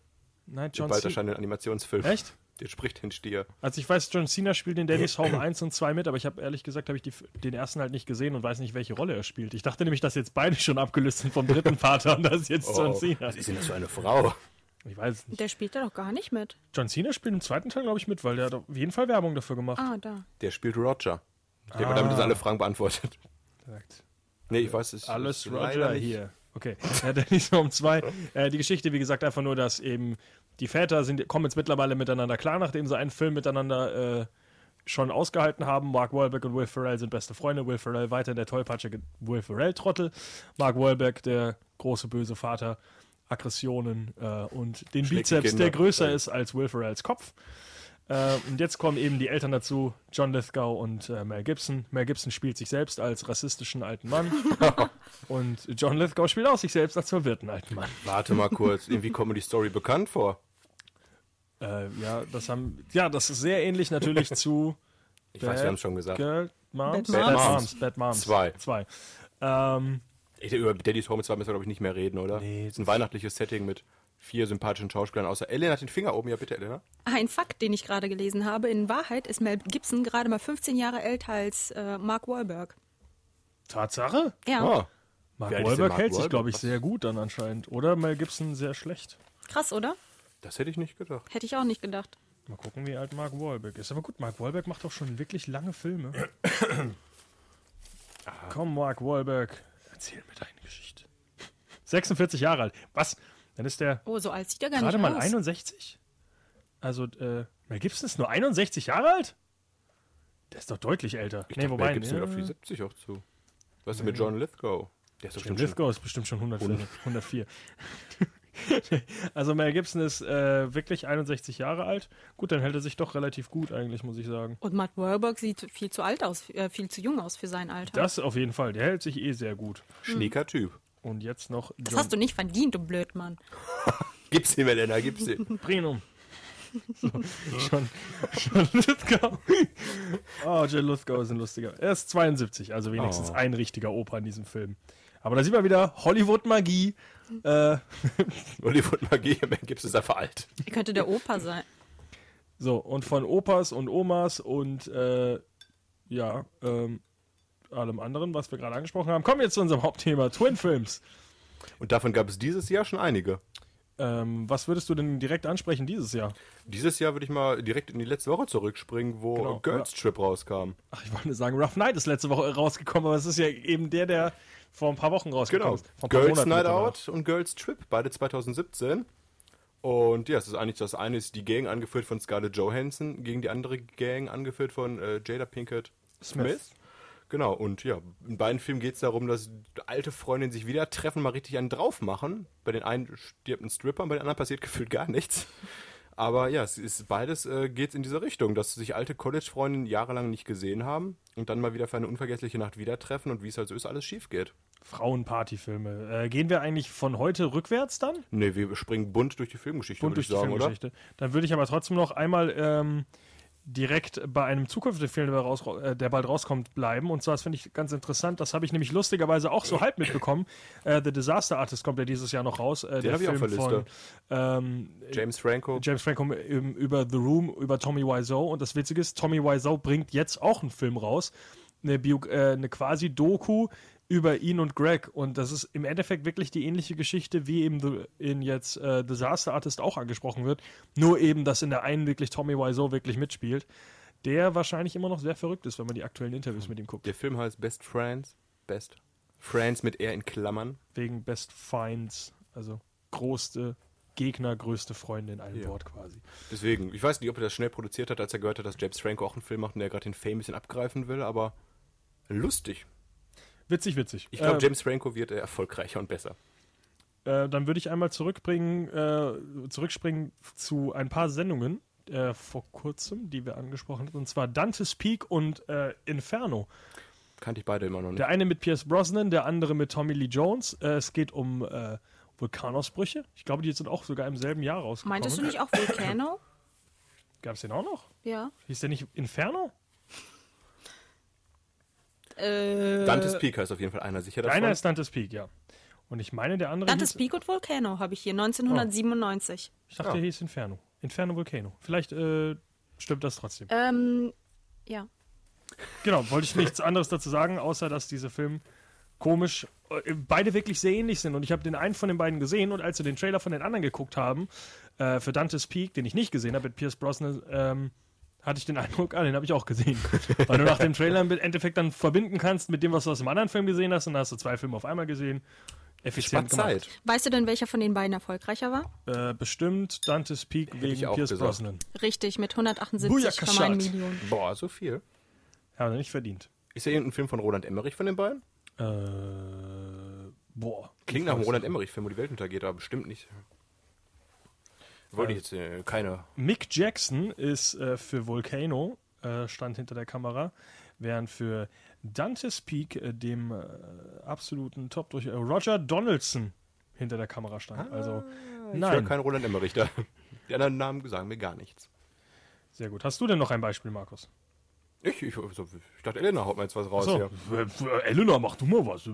Speaker 5: Nein,
Speaker 6: John
Speaker 5: John
Speaker 6: Bald
Speaker 5: Cena.
Speaker 6: erscheint ein Animationsfilm.
Speaker 5: Echt?
Speaker 6: Der spricht den Stier.
Speaker 5: Also ich weiß, John Cena spielt in Daddy's Home 1 und 2 mit, aber ich habe ehrlich gesagt, habe ich die, den ersten halt nicht gesehen und weiß nicht, welche Rolle er spielt. Ich dachte nämlich, dass jetzt beide schon abgelöst sind vom dritten Vater und das ist jetzt John Cena.
Speaker 6: Oh, was ist denn das für eine Frau?
Speaker 5: Ich weiß es nicht.
Speaker 4: Der spielt da doch gar nicht mit.
Speaker 5: John Cena spielt im zweiten Teil, glaube ich, mit, weil der hat auf jeden Fall Werbung dafür gemacht.
Speaker 4: Ah, da.
Speaker 6: Der spielt Roger. Der
Speaker 5: Ah.
Speaker 6: hat damit jetzt alle Fragen beantwortet.
Speaker 5: Sagt
Speaker 6: Nee, ich weiß es.
Speaker 5: Alles
Speaker 6: ist
Speaker 5: Roger
Speaker 6: leider nicht-
Speaker 5: hier. Okay, ja, Daddy's Home 2. Äh, die Geschichte, wie gesagt, einfach nur, dass eben die Väter sind, kommen jetzt mittlerweile miteinander klar, nachdem sie einen Film miteinander äh, schon ausgehalten haben. Mark Wahlberg und Will Ferrell sind beste Freunde. Will Ferrell weiterhin der tollpatschige Will Ferrell-Trottel. Mark Wahlberg, der große böse Vater. Aggressionen äh, und den
Speaker 6: Schlägt die
Speaker 5: Bizeps,
Speaker 6: Kinder.
Speaker 5: der größer ist als Will Ferrells Kopf. Äh, und jetzt kommen eben die Eltern dazu, John Lithgow und äh, Mel Gibson. Mel Gibson spielt sich selbst als rassistischen alten Mann und John Lithgow spielt auch sich selbst als verwirrten alten Mann.
Speaker 6: Warte mal kurz, irgendwie kommt mir die Story bekannt vor.
Speaker 5: Äh, ja, das haben, ja, das ist sehr ähnlich natürlich zu
Speaker 6: Ich weiß, wir haben es schon gesagt.
Speaker 5: Girl, Moms?
Speaker 4: Bad
Speaker 5: Bad
Speaker 6: Moms.
Speaker 5: Moms. Bad Moms.
Speaker 6: Zwei.
Speaker 5: Zwei. Ähm,
Speaker 6: Ich, über Daddy's Home 2 müssen wir, glaube ich, nicht mehr reden, oder? Nee. Das ist ein weihnachtliches Setting mit vier sympathischen Schauspielern, außer Elena hat den Finger oben. Ja, bitte, ne? Elena.
Speaker 4: Ein Fakt, den ich gerade gelesen habe, in Wahrheit ist Mel Gibson gerade mal 15 Jahre älter als äh, Mark Wahlberg.
Speaker 5: Tatsache?
Speaker 4: Ja,
Speaker 6: Ah,
Speaker 5: Mark
Speaker 6: Wie alt ist denn
Speaker 5: Wahlberg
Speaker 6: Mark
Speaker 5: hält sich,
Speaker 6: Wahlberg?
Speaker 5: glaube ich,
Speaker 6: Was?
Speaker 5: sehr gut dann anscheinend. Oder Mel Gibson sehr schlecht.
Speaker 4: krass, oder?
Speaker 6: das hätte ich nicht gedacht.
Speaker 4: Hätte ich auch nicht gedacht.
Speaker 5: Mal gucken, wie alt Mark Wahlberg ist. Aber gut, Mark Wahlberg macht doch schon wirklich lange Filme. Komm, Mark Wahlberg, erzähl mir deine Geschichte. 46 Jahre alt. Was? Dann ist der
Speaker 4: Oh, so alt sieht er gar
Speaker 5: gerade
Speaker 4: nicht
Speaker 5: mal
Speaker 4: aus.
Speaker 5: 61? Also, äh, Mel Gibson ist nur 61 Jahre alt? Der ist doch deutlich älter.
Speaker 6: Ich
Speaker 5: nee,
Speaker 6: dachte,
Speaker 5: wobei, ne?
Speaker 6: Mel Gibson
Speaker 5: ja,
Speaker 6: geht auf die 70 auch zu. Was ist denn mit John Lithgow? Der ist doch
Speaker 5: Jim
Speaker 6: bestimmt schon
Speaker 5: Lithgow ist bestimmt schon 104. 104. also Mel Gibson ist äh, wirklich 61 Jahre alt. Gut, dann hält er sich doch relativ gut eigentlich, muss ich sagen.
Speaker 4: Und Mark Wahlberg sieht viel zu alt aus, äh, viel zu jung aus für sein Alter.
Speaker 5: Das auf jeden Fall. Der hält sich eh sehr gut.
Speaker 6: schnieker Typ.
Speaker 5: Und jetzt noch
Speaker 4: das hast du nicht verdient, du Blödmann.
Speaker 6: Gib's ihm, Elena, gib's ihm.
Speaker 5: Prenum. So, schon, schon Lithgow. Oh, Jill Lithgow ist ein lustiger. Er ist 72, also wenigstens
Speaker 6: Oh.
Speaker 5: ein richtiger Opa in diesem Film. Aber da sieht man wieder Hollywood-Magie. Äh,
Speaker 6: Hollywood-Magie, Mel Gibson ist einfach alt.
Speaker 4: Er könnte der Opa sein.
Speaker 5: So, und von Opas und Omas und äh, ja, ähm, allem anderen, was wir gerade angesprochen haben, kommen wir jetzt zu unserem Hauptthema, Twin Films.
Speaker 6: Und davon gab es dieses Jahr schon einige.
Speaker 5: Ähm, was würdest du denn direkt ansprechen dieses Jahr?
Speaker 6: Dieses Jahr würde ich mal direkt in die letzte Woche zurückspringen, wo
Speaker 5: Genau,
Speaker 6: Girls Trip rauskam.
Speaker 5: Ach, ich wollte sagen, Rough Night ist letzte Woche rausgekommen, aber es ist ja eben der, der vor ein paar Wochen rausgekommen
Speaker 6: Genau.
Speaker 5: ist. Vor ein paar
Speaker 6: Girls
Speaker 5: Monaten
Speaker 6: Night
Speaker 5: mittlerweile.
Speaker 6: Out und Girls Trip, beide 2017. Und ja, es ist eigentlich das eine ist die Gang angeführt von Scarlett Johansson gegen die andere Gang angeführt von äh, Jada Pinkett Smith.
Speaker 5: Smith.
Speaker 6: Genau, und ja, in beiden Filmen geht es darum, dass alte Freundinnen sich wieder treffen, mal richtig einen drauf machen. Bei den einen stirbt ein Stripper, bei den anderen passiert gefühlt gar nichts. Aber ja, es ist beides äh, geht in diese Richtung, dass sich alte College-Freundinnen jahrelang nicht gesehen haben und dann mal wieder für eine unvergessliche Nacht wieder treffen und wie es halt so ist, alles schief geht.
Speaker 5: Frauenpartyfilme. Äh, gehen wir eigentlich von heute rückwärts dann?
Speaker 6: Nee, wir springen bunt durch die Filmgeschichte,
Speaker 5: Bunt durch
Speaker 6: würde ich
Speaker 5: die
Speaker 6: sagen, oder?
Speaker 5: Filmgeschichte. Dann würde ich aber trotzdem noch einmal ähm, direkt bei einem zukünftigen Film, der, raus, äh, der bald rauskommt, bleiben. Und zwar, das finde ich ganz interessant, das habe ich nämlich lustigerweise auch so halb mitbekommen. Äh, The Disaster Artist kommt ja dieses Jahr noch raus. Äh, der
Speaker 6: habe ich auch
Speaker 5: Film
Speaker 6: auf der
Speaker 5: von
Speaker 6: Liste.
Speaker 5: ähm,
Speaker 6: James Franco.
Speaker 5: James Franco ähm, über The Room, über Tommy Wiseau. Und das Witzige ist, Tommy Wiseau bringt jetzt auch einen Film raus, eine, Bio, äh, eine quasi Doku über ihn und Greg. Und das ist im Endeffekt wirklich die ähnliche Geschichte, wie eben The, in jetzt äh, Disaster Artist auch angesprochen wird. Nur eben, dass in der einen wirklich Tommy Wiseau wirklich mitspielt, der wahrscheinlich immer noch sehr verrückt ist, wenn man die aktuellen Interviews mit ihm guckt.
Speaker 6: Der Film heißt Best Friends. Best. Friends mit R in Klammern.
Speaker 5: Wegen Best Finds, also größte Gegner, größte Freunde in einem
Speaker 6: Ja.
Speaker 5: Wort quasi.
Speaker 6: Deswegen, ich weiß nicht, ob er das schnell produziert hat, als er gehört hat, dass James Franco auch einen Film macht und der gerade den Fame ein bisschen abgreifen will, aber lustig.
Speaker 5: Witzig, witzig.
Speaker 6: Ich glaube,
Speaker 5: Ähm,
Speaker 6: James Franco wird äh, erfolgreicher und besser.
Speaker 5: Äh, dann würde ich einmal zurückbringen, äh, zurückspringen zu ein paar Sendungen äh, vor kurzem, die wir angesprochen haben, und zwar Dante's Peak und äh, Inferno.
Speaker 6: Kannte ich beide immer noch nicht.
Speaker 5: Der eine mit Pierce Brosnan, der andere mit Tommy Lee Jones. Äh, es geht um äh, Vulkanausbrüche. Ich glaube, die sind auch sogar im selben Jahr rausgekommen.
Speaker 4: Meintest du nicht auch Volcano?
Speaker 5: Gab es den auch noch?
Speaker 4: Ja.
Speaker 5: Hieß der nicht Inferno?
Speaker 4: Äh,
Speaker 6: Dante's Peak heißt auf jeden Fall einer sicher davon.
Speaker 5: Einer ist Dante's Peak, ja. Und ich meine, der andere
Speaker 4: Dante's
Speaker 5: hieß,
Speaker 4: Peak und Volcano habe ich hier, 1997.
Speaker 5: Ich dachte, der hieß Inferno. Inferno Volcano. Vielleicht äh, stimmt das trotzdem.
Speaker 4: Ähm, ja.
Speaker 5: Genau, wollte ich nichts anderes dazu sagen, außer dass diese Filme komisch, äh, beide wirklich sehr ähnlich sind. Und ich habe den einen von den beiden gesehen und als wir den Trailer von den anderen geguckt haben, äh, für Dante's Peak, den ich nicht gesehen habe mit Pierce Brosnan, ähm, hatte ich den Eindruck, ah, den habe ich auch gesehen. Weil du nach dem Trailer im Endeffekt dann verbinden kannst mit dem, was du aus dem anderen Film gesehen hast und dann hast du zwei Filme auf einmal gesehen. Effizient
Speaker 6: Spart
Speaker 5: gemacht.
Speaker 6: Zeit.
Speaker 4: Weißt du denn, welcher von den beiden erfolgreicher war?
Speaker 5: Äh, bestimmt Dante's Peak
Speaker 6: ich
Speaker 5: wegen
Speaker 6: auch
Speaker 5: Pierce
Speaker 6: gesagt.
Speaker 5: Brosnan.
Speaker 4: Richtig, mit
Speaker 5: Booyakashat.
Speaker 4: 178,1 Millionen.
Speaker 6: Boah, so viel.
Speaker 5: Haben wir nicht verdient.
Speaker 6: Ist ja irgendein Film von Roland Emmerich von den beiden?
Speaker 5: Äh, Boah.
Speaker 6: Klingt nach einem Roland Emmerich-Film, wo die Welt untergeht, aber bestimmt nicht. Wollte ich jetzt äh, keine.
Speaker 5: Mick Jackson ist äh, für Volcano, äh, stand hinter der Kamera, während für Dante's Peak, äh, dem äh, absoluten Top durch äh, Roger Donaldson hinter der Kamera stand. also,
Speaker 6: Ich höre
Speaker 5: nein.
Speaker 6: keinen Roland Emmerich da. Die anderen Namen sagen mir gar nichts.
Speaker 5: Sehr gut. Hast du denn noch ein Beispiel, Markus?
Speaker 6: Ich, ich, so, ich dachte, Elena haut mal jetzt was raus
Speaker 5: So,
Speaker 6: hier.
Speaker 5: äh, äh, Elena, mach du mal was.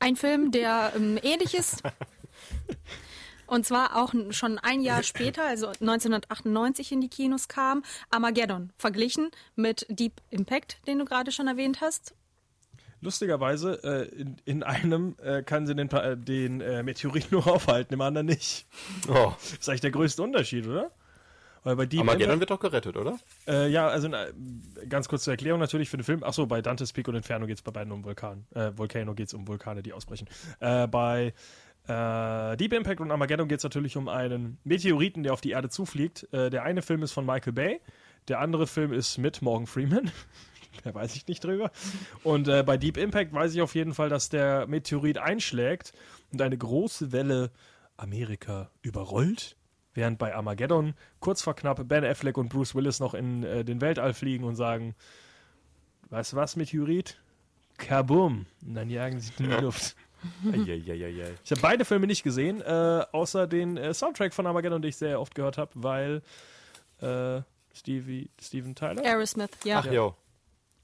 Speaker 4: Ein Film, der ähm, ähnlich ist. Und zwar auch n- schon ein Jahr später, also 1998 in die Kinos kam, Armageddon, verglichen mit Deep Impact, den du gerade schon erwähnt hast.
Speaker 5: Lustigerweise, äh, in, in einem äh, kann sie den, Pa- äh, den äh, Meteorit nur aufhalten, im anderen nicht.
Speaker 6: Oh.
Speaker 5: Das ist eigentlich der größte Unterschied, oder? Weil bei Deep
Speaker 6: Armageddon wird doch gerettet, oder?
Speaker 5: Äh, ja, also äh, ganz kurz zur Erklärung natürlich für den Film. Achso, bei Dante's Peak und Inferno geht es bei beiden um Vulkan. Äh, Volcano geht es um Vulkane, die ausbrechen. Äh, bei äh, Deep Impact und Armageddon geht es natürlich um einen Meteoriten, der auf die Erde zufliegt. Äh, der eine Film ist von Michael Bay, der andere Film ist mit Morgan Freeman. Mehr weiß ich nicht drüber. Und äh, bei Deep Impact weiß ich auf jeden Fall, dass der Meteorit einschlägt und eine große Welle Amerika überrollt. Während bei Armageddon kurz vor knapp Ben Affleck und Bruce Willis noch in äh, den Weltall fliegen und sagen, weißt du was, Meteorit? Kabum. Und dann jagen sie in die Luft.
Speaker 6: Eieieiei.
Speaker 5: Ich habe beide Filme nicht gesehen, äh, außer den äh, Soundtrack von Armageddon, den ich sehr oft gehört habe, weil äh, Stevie, Steven Tyler.
Speaker 4: Aerosmith, ja.
Speaker 6: Ach jo,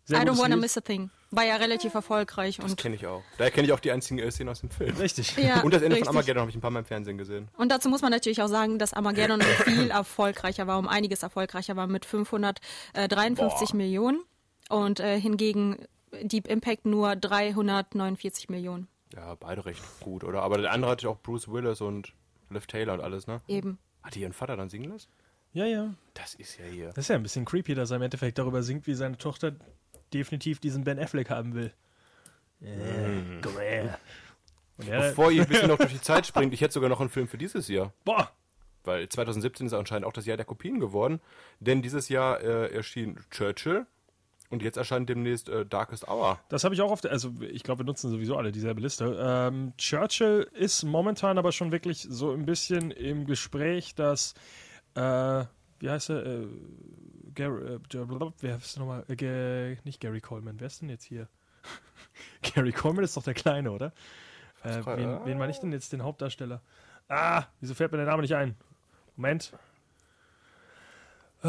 Speaker 5: Sehr
Speaker 4: I don't
Speaker 5: gutes
Speaker 4: wanna
Speaker 5: Lied.
Speaker 4: miss a thing. War ja relativ erfolgreich und
Speaker 6: kenne ich auch. Daher kenne ich auch die einzigen äh, Szenen aus dem Film.
Speaker 5: Richtig.
Speaker 4: Ja,
Speaker 6: Und das Ende
Speaker 4: richtig.
Speaker 6: von Armageddon habe ich ein paar Mal im Fernsehen gesehen.
Speaker 4: Und dazu muss man natürlich auch sagen, dass Armageddon viel erfolgreicher war, um einiges erfolgreicher war mit 553 Millionen und äh, hingegen Deep Impact nur 349 Millionen.
Speaker 6: Ja, beide recht gut, oder? Aber der andere hatte auch Bruce Willis und Liv Taylor und alles, ne?
Speaker 4: Eben.
Speaker 6: Hat die ihren Vater dann singen lassen?
Speaker 5: Ja, ja.
Speaker 6: Das ist ja hier.
Speaker 5: Das ist ja ein bisschen creepy, dass er im Endeffekt darüber singt, wie seine Tochter definitiv diesen Ben Affleck haben will. Äh, und er,
Speaker 6: Bevor ihr ein bisschen noch durch die Zeit springt, ich hätte sogar noch einen Film für dieses Jahr.
Speaker 5: boah,
Speaker 6: Weil 2017 ist anscheinend auch das Jahr der Kopien geworden. Denn dieses Jahr äh, erschien Churchill und jetzt erscheint demnächst äh, Darkest Hour.
Speaker 5: Das habe ich auch oft, also ich glaube, wir nutzen sowieso alle dieselbe Liste. Ähm, Churchill ist momentan aber schon wirklich so ein bisschen im Gespräch, dass, äh, wie heißt er, äh, Gary, äh, blablabla, wer ist denn nochmal, äh, Ga- nicht Gary Coleman, wer ist denn jetzt hier? Gary Coleman ist doch der Kleine, oder? Äh,
Speaker 6: grad,
Speaker 5: wen,
Speaker 6: ah.
Speaker 5: wen meine ich denn jetzt, den Hauptdarsteller? Ah, wieso fällt mir der Name nicht ein? Moment. Äh,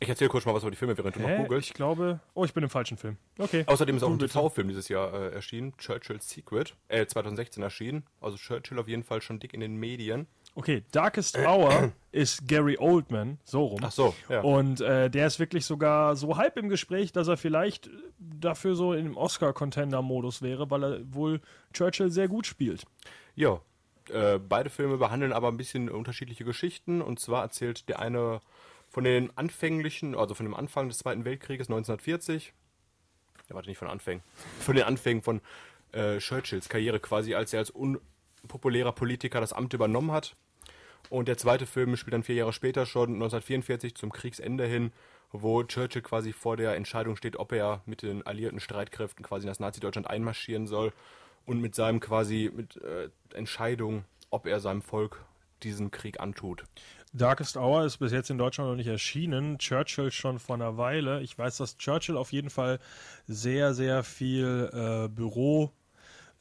Speaker 6: Ich erzähle kurz mal was über die Filme, während du noch
Speaker 5: hä?
Speaker 6: googelst.
Speaker 5: Ich glaube, oh, ich bin im falschen Film. Okay.
Speaker 6: Außerdem ist auch ein
Speaker 5: Google bitte.
Speaker 6: TV-Film dieses Jahr äh, erschienen, Churchill's Secret, äh, 2016 erschienen. Also Churchill auf jeden Fall schon dick in den Medien.
Speaker 5: Okay, Darkest Hour ist Gary Oldman, so rum.
Speaker 6: Ach so, ja.
Speaker 5: Und äh, der ist wirklich sogar so halb im Gespräch, dass er vielleicht äh, dafür so im Oscar-Contender-Modus wäre, weil er wohl Churchill sehr gut spielt.
Speaker 6: Ja. Äh, beide Filme behandeln aber ein bisschen unterschiedliche Geschichten. Und zwar erzählt der eine von den anfänglichen, also von dem Anfang des Zweiten Weltkrieges 1940. Ja, warte, nicht von Anfängen. Von den Anfängen von äh, Churchills Karriere quasi, als er als unpopulärer Politiker das Amt übernommen hat. Und der zweite Film spielt dann vier Jahre später schon, 1944, zum Kriegsende hin, wo Churchill quasi vor der Entscheidung steht, ob er mit den alliierten Streitkräften quasi in das Nazi-Deutschland einmarschieren soll und mit seinem quasi, mit äh, Entscheidung, ob er seinem Volk diesen Krieg antut.
Speaker 5: Darkest Hour ist bis jetzt in Deutschland noch nicht erschienen. Churchill schon vor einer Weile. Ich weiß, dass Churchill auf jeden Fall sehr, sehr viel äh, Büro.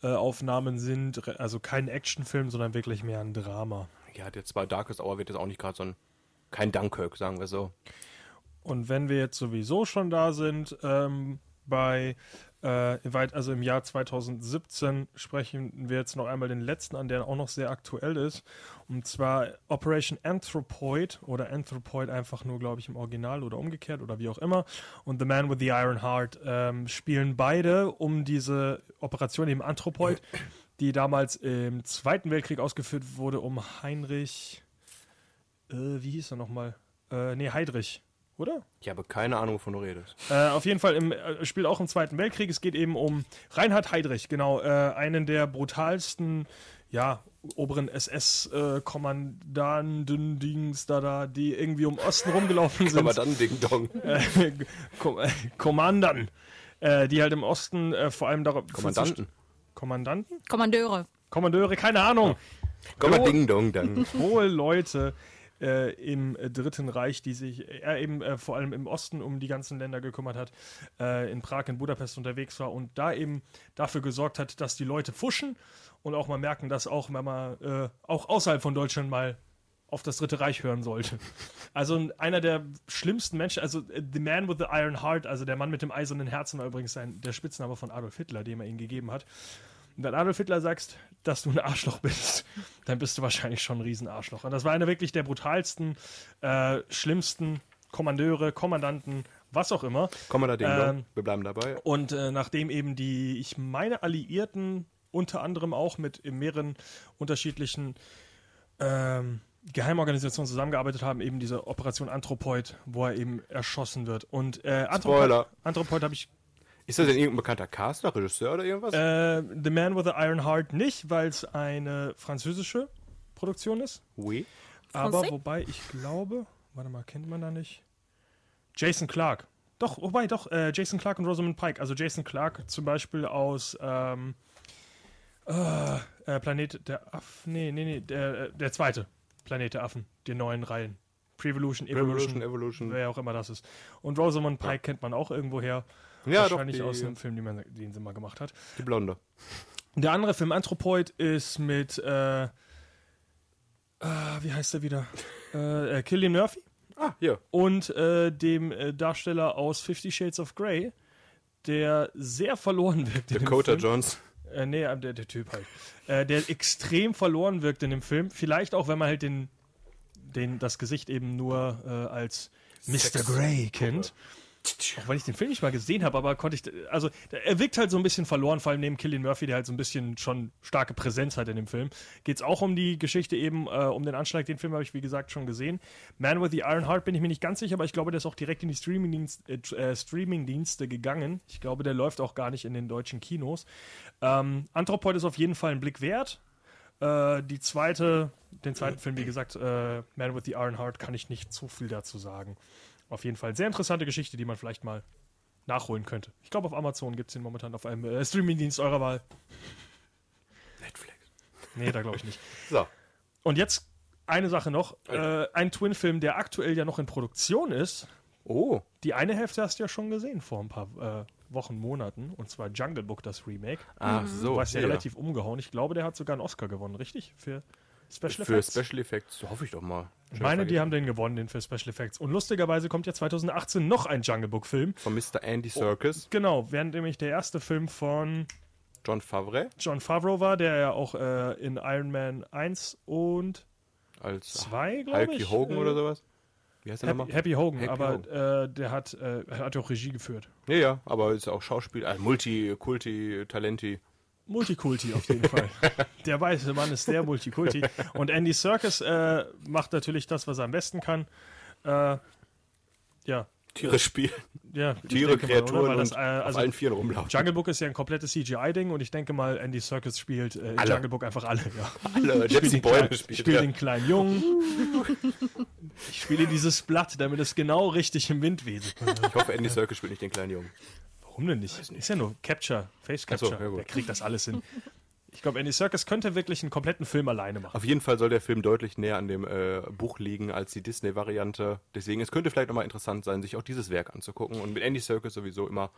Speaker 5: äh, Aufnahmen sind, re- also kein Actionfilm, sondern wirklich mehr ein Drama.
Speaker 6: Ja, der zwar Darkest Hour wird jetzt auch nicht gerade so ein, kein Dunkirk, sagen wir so.
Speaker 5: Und wenn wir jetzt sowieso schon da sind, ähm, bei äh, weit, also im Jahr 2017 sprechen wir jetzt noch einmal den letzten an, der auch noch sehr aktuell ist. Und zwar Operation Anthropoid oder Anthropoid einfach nur, glaube ich, im Original oder umgekehrt oder wie auch immer. Und The Man with the Iron Heart ähm, spielen beide um diese Operation im Anthropoid, die damals im Zweiten Weltkrieg ausgeführt wurde, um Heinrich, äh, wie hieß er nochmal? Äh, nee, Heydrich, oder?
Speaker 6: Ich habe keine Ahnung, wovon du redest.
Speaker 5: Äh, auf jeden Fall im äh, Spiel auch im Zweiten Weltkrieg. Es geht eben um Reinhard Heydrich, genau, äh, einen der brutalsten, ja, oberen SS-Kommandanten, Dings, da, da, die irgendwie um Osten rumgelaufen sind.
Speaker 6: Aber dann Ding Dong.
Speaker 5: äh, Kom äh, Kommandern, äh, die halt im Osten äh, vor allem darauf.
Speaker 6: Kommandanten.
Speaker 5: Kommandanten?
Speaker 4: Kommandeure.
Speaker 5: Kommandeure, keine Ahnung.
Speaker 6: Komm mal Ding Dong dann.
Speaker 5: Hohe Leute äh, im äh, Dritten Reich, die sich er eben äh, vor allem im Osten um die ganzen Länder gekümmert hat, äh, in Prag, in Budapest unterwegs war und da eben dafür gesorgt hat, dass die Leute fuschen und auch mal merken, dass auch wenn man äh, auch außerhalb von Deutschland mal auf das Dritte Reich hören sollte. Also ein- einer der schlimmsten Menschen, also äh, The Man with the Iron Heart, also der Mann mit dem eisernen Herzen war übrigens sein, der Spitzname von Adolf Hitler, den er ihm gegeben hat. Und wenn Adolf Hitler sagst, dass du ein Arschloch bist, dann bist du wahrscheinlich schon ein Riesenarschloch. Und das war einer wirklich der brutalsten, äh, schlimmsten Kommandeure, Kommandanten, was auch immer.
Speaker 6: Komm mal da Ding Dong.
Speaker 5: Ähm.
Speaker 6: Wir bleiben dabei.
Speaker 5: Und äh, nachdem eben die, ich meine, Alliierten unter anderem auch mit in mehreren unterschiedlichen ähm, Geheimorganisationen zusammengearbeitet haben, eben diese Operation Anthropoid, wo er eben erschossen wird. Und äh, Anthropoid,
Speaker 6: Spoiler.
Speaker 5: Anthropoid habe ich
Speaker 6: Ist das denn irgendein bekannter Caster, Regisseur oder irgendwas?
Speaker 5: äh, The Man with the Iron Heart nicht, weil es eine französische Produktion ist.
Speaker 6: Oui.
Speaker 5: Aber
Speaker 4: Francais?
Speaker 5: wobei ich glaube, warte mal, kennt man da nicht? Jason Clark. Doch, wobei, doch, äh, Jason Clark und Rosamund Pike. Also Jason Clark zum Beispiel aus ähm, äh, äh, Planet der Affen. Nee, nee, nee, der, äh, der zweite Planet der Affen, den neuen Reihen. Prevolution, Evolution,
Speaker 6: Revolution, Evolution.
Speaker 5: wer auch immer das ist. Und Rosamund Pike kennt man auch irgendwoher.
Speaker 6: Ja, doch,
Speaker 5: wahrscheinlich
Speaker 6: die,
Speaker 5: aus einem Film, den, man, den sie mal gemacht hat.
Speaker 6: die Blonde.
Speaker 5: Der andere Film, Anthropoid, ist mit, äh, äh, wie heißt der wieder? Äh, äh, Killian Murphy
Speaker 6: Ah, hier.
Speaker 5: und äh, dem äh, Darsteller aus Fifty Shades of Grey, der sehr verloren wirkt. in dem
Speaker 6: Dakota
Speaker 5: Film.
Speaker 6: Jones.
Speaker 5: Äh, nee, äh, der, der Typ halt. Äh, der extrem verloren wirkt in dem Film. Vielleicht auch, wenn man halt den, den, das Gesicht eben nur äh, als Mr. Grey kennt. Auch wenn ich den Film nicht mal gesehen habe, aber konnte ich. Also, der- er wirkt halt so ein bisschen verloren, vor allem neben Killian Murphy, der halt so ein bisschen schon starke Präsenz hat in dem Film. Geht es auch um die Geschichte eben, äh, um den Anschlag. Den Film habe ich, wie gesagt, schon gesehen. Man with the Iron Heart bin ich mir nicht ganz sicher, aber ich glaube, der ist auch direkt in die Streamingdienst, äh, tr- äh, Streamingdienste gegangen. Ich glaube, der läuft auch gar nicht in den deutschen Kinos. Ähm, Anthropoid ist auf jeden Fall ein Blick wert. Äh, die zweite, den zweiten Film, wie gesagt, äh, Man with the Iron Heart, kann ich nicht zu viel dazu sagen. Auf jeden Fall sehr interessante Geschichte, die man vielleicht mal nachholen könnte. Ich glaube, auf Amazon gibt es den momentan auf einem äh, Streamingdienst eurer Wahl.
Speaker 6: Netflix.
Speaker 5: Nee, da glaube ich nicht.
Speaker 6: So.
Speaker 5: Und jetzt eine Sache noch. Äh, ein Twin-Film, der aktuell ja noch in Produktion ist.
Speaker 6: Oh.
Speaker 5: Die eine Hälfte hast du ja schon gesehen vor ein paar äh, Wochen, Monaten. Und zwar Jungle Book, das Remake.
Speaker 6: Ach Ah, so.
Speaker 5: Du hast Hm, ja
Speaker 6: hier.
Speaker 5: relativ umgehauen. Ich glaube, der hat sogar einen Oscar gewonnen, richtig? Für Special
Speaker 6: Für
Speaker 5: Effects.
Speaker 6: Special Effects. So hoffe ich doch mal.
Speaker 5: Ich meine, die haben den gewonnen, den für Special Effects. Und lustigerweise kommt ja 2018 noch ein Jungle Book Film.
Speaker 6: Von Mr. Andy Serkis,
Speaker 5: Genau, während nämlich der erste Film von
Speaker 6: John Favre
Speaker 5: John Favreau war, der ja auch äh, in Iron Man 1 und
Speaker 6: als
Speaker 5: 2, glaube
Speaker 6: Hulky
Speaker 5: ich.
Speaker 6: Hogan
Speaker 5: äh,
Speaker 6: oder sowas. Wie heißt der
Speaker 5: Happy,
Speaker 6: nochmal?
Speaker 5: Happy Hogan,
Speaker 6: Happy
Speaker 5: aber
Speaker 6: Hogan.
Speaker 5: Äh, der hat, äh, hat ja auch Regie geführt.
Speaker 6: Ja, ja, aber ist ja auch Schauspiel, ein Multi, Kulti, Talenti.
Speaker 5: Multikulti auf jeden Fall. Der weiße Mann ist sehr Multikulti. Und Andy Serkis äh, macht natürlich das, was er am besten kann. Äh, ja,
Speaker 6: Tiere spielen.
Speaker 5: ja. ich
Speaker 6: Tiere,
Speaker 5: denke mal, oder?
Speaker 6: Kreaturen
Speaker 5: Weil das,
Speaker 6: und
Speaker 5: äh, also
Speaker 6: auf allen Vieren rumlaufen.
Speaker 5: Jungle Book ist ja ein komplettes CGI-Ding und ich denke mal, Andy Serkis spielt äh, in
Speaker 6: Alle.
Speaker 5: Jungle Book einfach alle. Ja.
Speaker 6: Alle,
Speaker 5: Ich spiele
Speaker 6: Jackson
Speaker 5: den,
Speaker 6: Boyle
Speaker 5: kleinen- ich
Speaker 6: spielt,
Speaker 5: spiel
Speaker 6: ja.
Speaker 5: den kleinen Jungen. Ich spiele dieses Blatt, damit es genau richtig im Wind weht.
Speaker 6: Ich hoffe, Andy Serkis spielt nicht den kleinen Jungen.
Speaker 5: Warum denn nicht? Ist ja nur Capture, Face
Speaker 6: Ach so,
Speaker 5: Capture.
Speaker 6: ja gut.
Speaker 5: Der kriegt das alles hin. Ich glaube, Andy Serkis könnte wirklich einen kompletten Film alleine machen.
Speaker 6: Auf jeden Fall soll der Film deutlich näher an dem äh, Buch liegen als die Disney-Variante. Deswegen, es könnte vielleicht nochmal interessant sein, sich auch dieses Werk anzugucken. Und mit Andy Serkis sowieso immer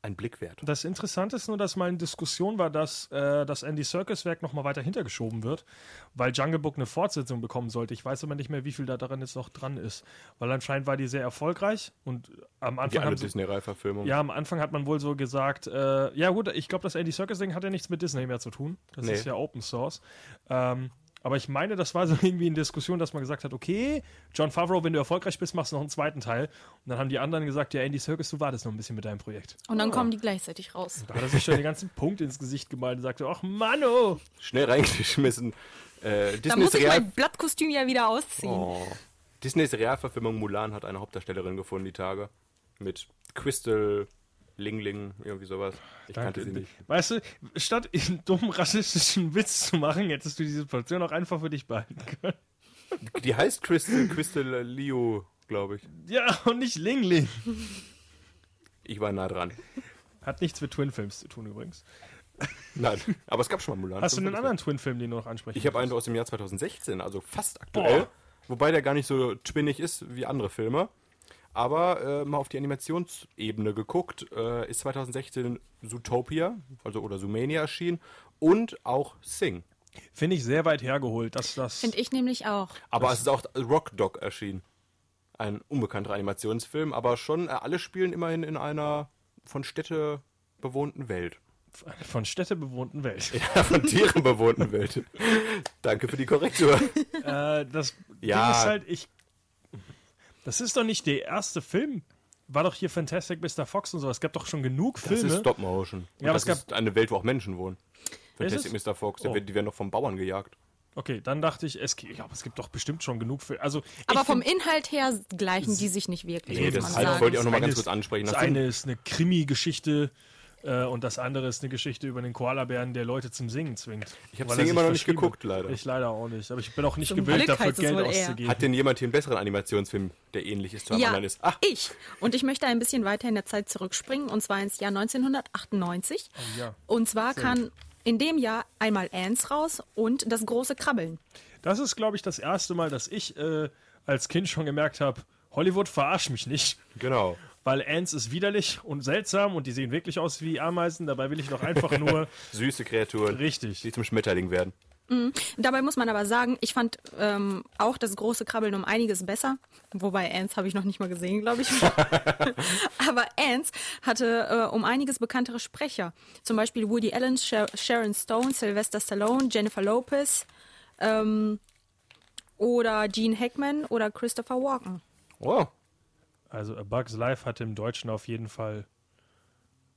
Speaker 6: ein Blick wert.
Speaker 5: Das Interessante ist nur, dass mal in Diskussion war, dass äh, das Andy Circus Werk nochmal weiter hintergeschoben wird, weil Jungle Book eine Fortsetzung bekommen sollte. Ich weiß aber nicht mehr, wie viel da darin jetzt noch dran ist, weil anscheinend war die sehr erfolgreich und am
Speaker 6: Die
Speaker 5: Anfang
Speaker 6: alle
Speaker 5: haben sie,
Speaker 6: Disney-Reihe-Verfilmung.
Speaker 5: ja, am Anfang hat man wohl so gesagt, äh, ja gut, ich glaube, das Andy Circus Ding hat ja nichts mit Disney mehr zu tun. Das
Speaker 6: Nee.
Speaker 5: ist ja Open Source. Ähm, aber ich meine, das war so irgendwie in Diskussion, dass man gesagt hat, okay, John Favreau, wenn du erfolgreich bist, machst du noch einen zweiten Teil. Und dann haben die anderen gesagt, ja, Andy Circus, du wartest noch ein bisschen mit deinem Projekt.
Speaker 4: Und
Speaker 6: Ah.
Speaker 4: dann kommen die gleichzeitig raus.
Speaker 5: Da hat er sich schon den ganzen Punkt ins Gesicht gemalt und sagte, ach Mann, oh.
Speaker 6: Schnell reingeschmissen. Äh,
Speaker 4: Da
Speaker 6: Disneys,
Speaker 4: muss ich
Speaker 6: Real
Speaker 4: mein Blattkostüm ja wieder ausziehen.
Speaker 6: oh. Disneys Realverfilmung Mulan hat eine Hauptdarstellerin gefunden, die Tage. Mit Crystal Lingling, irgendwie sowas. Ich kannte sie nicht.
Speaker 5: Weißt du, statt einen dummen rassistischen Witz zu machen, hättest du diese Portion auch einfach für dich behalten können.
Speaker 6: Die heißt Crystal, Crystal Leo, glaube ich.
Speaker 5: Ja, und nicht Ling Ling.
Speaker 6: Ich war nah dran.
Speaker 5: Hat nichts mit Twin Films zu tun übrigens.
Speaker 6: Nein, aber es gab schon mal Mulan.
Speaker 5: Hast du einen
Speaker 6: 5
Speaker 5: anderen Twin-Film, den du noch ansprechen
Speaker 6: Ich habe einen
Speaker 5: möchtest?
Speaker 6: aus dem Jahr 2016, also fast aktuell.
Speaker 5: Boah.
Speaker 6: Wobei der gar nicht so twinnig ist wie andere Filme. Aber äh, mal auf die Animationsebene geguckt, äh, ist 2016 Zootopia, also oder Zoomania erschienen und auch Sing.
Speaker 5: Finde ich sehr weit hergeholt, dass das.
Speaker 4: Finde ich nämlich auch.
Speaker 6: Aber es ist auch Rock Dog erschienen. Ein unbekannter Animationsfilm, aber schon, äh, alle spielen immerhin in einer von Städte bewohnten Welt.
Speaker 5: Von Städte bewohnten Welt.
Speaker 6: Ja, von Tieren bewohnten Welt. Danke für die Korrektur.
Speaker 5: Äh, das
Speaker 6: Ja.
Speaker 5: Ding ist halt, ich. Das ist doch nicht der erste Film. War doch hier Fantastic Mr. Fox und sowas. Es gab doch schon genug
Speaker 6: Das
Speaker 5: Filme.
Speaker 6: ist Stop Motion.
Speaker 5: Ja, aber
Speaker 6: das
Speaker 5: es gab-
Speaker 6: ist eine Welt, wo auch Menschen wohnen. Fantastic
Speaker 5: es?
Speaker 6: Mr. Fox, der
Speaker 5: Oh.
Speaker 6: wird- die werden doch vom Bauern gejagt.
Speaker 5: okay, dann dachte ich, es, ich glaube, es gibt doch bestimmt schon genug Filme. Also, ich
Speaker 4: Aber vom
Speaker 5: find,
Speaker 4: Inhalt her gleichen die sich nicht wirklich,
Speaker 6: Nee,
Speaker 4: muss
Speaker 6: das
Speaker 4: man
Speaker 6: ist halt-
Speaker 4: sagen.
Speaker 6: wollte ich auch nochmal
Speaker 5: eine
Speaker 6: ganz
Speaker 5: ist-
Speaker 6: kurz ansprechen.
Speaker 5: Das
Speaker 6: Das
Speaker 5: eine ist eine Krimi-Geschichte. äh, Und das andere ist eine Geschichte über den Koalabären, der Leute zum Singen zwingt.
Speaker 6: Ich hab
Speaker 5: Weil er
Speaker 6: Sing
Speaker 5: sich
Speaker 6: immer noch nicht
Speaker 5: verschrieben
Speaker 6: geguckt,
Speaker 5: hat.
Speaker 6: leider.
Speaker 5: Ich leider auch nicht. Aber ich bin auch nicht
Speaker 4: Zum
Speaker 5: gewillt,
Speaker 4: Glück
Speaker 5: dafür
Speaker 4: heißt es
Speaker 5: Geld
Speaker 4: wohl eher.
Speaker 5: auszugeben.
Speaker 6: Hat denn jemand hier einen besseren Animationsfilm, der ähnlich ist zu einem
Speaker 4: Ja,
Speaker 6: anderen ist? Ah,
Speaker 4: ich. Und ich möchte ein bisschen weiter in der Zeit zurückspringen, und zwar ins Jahr 1998.
Speaker 5: ja.
Speaker 4: Und zwar kann in dem Jahr einmal Ants raus und das große Krabbeln.
Speaker 5: Das ist, glaube ich, das erste Mal, dass ich äh, als Kind schon gemerkt habe, Hollywood verarscht mich nicht.
Speaker 6: genau.
Speaker 5: Weil Ants ist widerlich und seltsam und die sehen wirklich aus wie Ameisen. Dabei will ich doch einfach nur.
Speaker 6: Süße Kreaturen.
Speaker 5: Richtig.
Speaker 6: Die zum Schmetterling werden.
Speaker 4: Dabei muss man aber sagen, ich fand ähm, auch das große Krabbeln um einiges besser. Wobei Ants habe ich noch nicht mal gesehen, glaube ich. aber Ants hatte äh, um einiges bekanntere Sprecher. Zum Beispiel Woody Allen, Sha- Sharon Stone, Sylvester Stallone, Jennifer Lopez ähm, oder Gene Hackman oder Christopher Walken.
Speaker 6: Oh,
Speaker 5: Also, A Bugs Life hatte im Deutschen auf jeden Fall.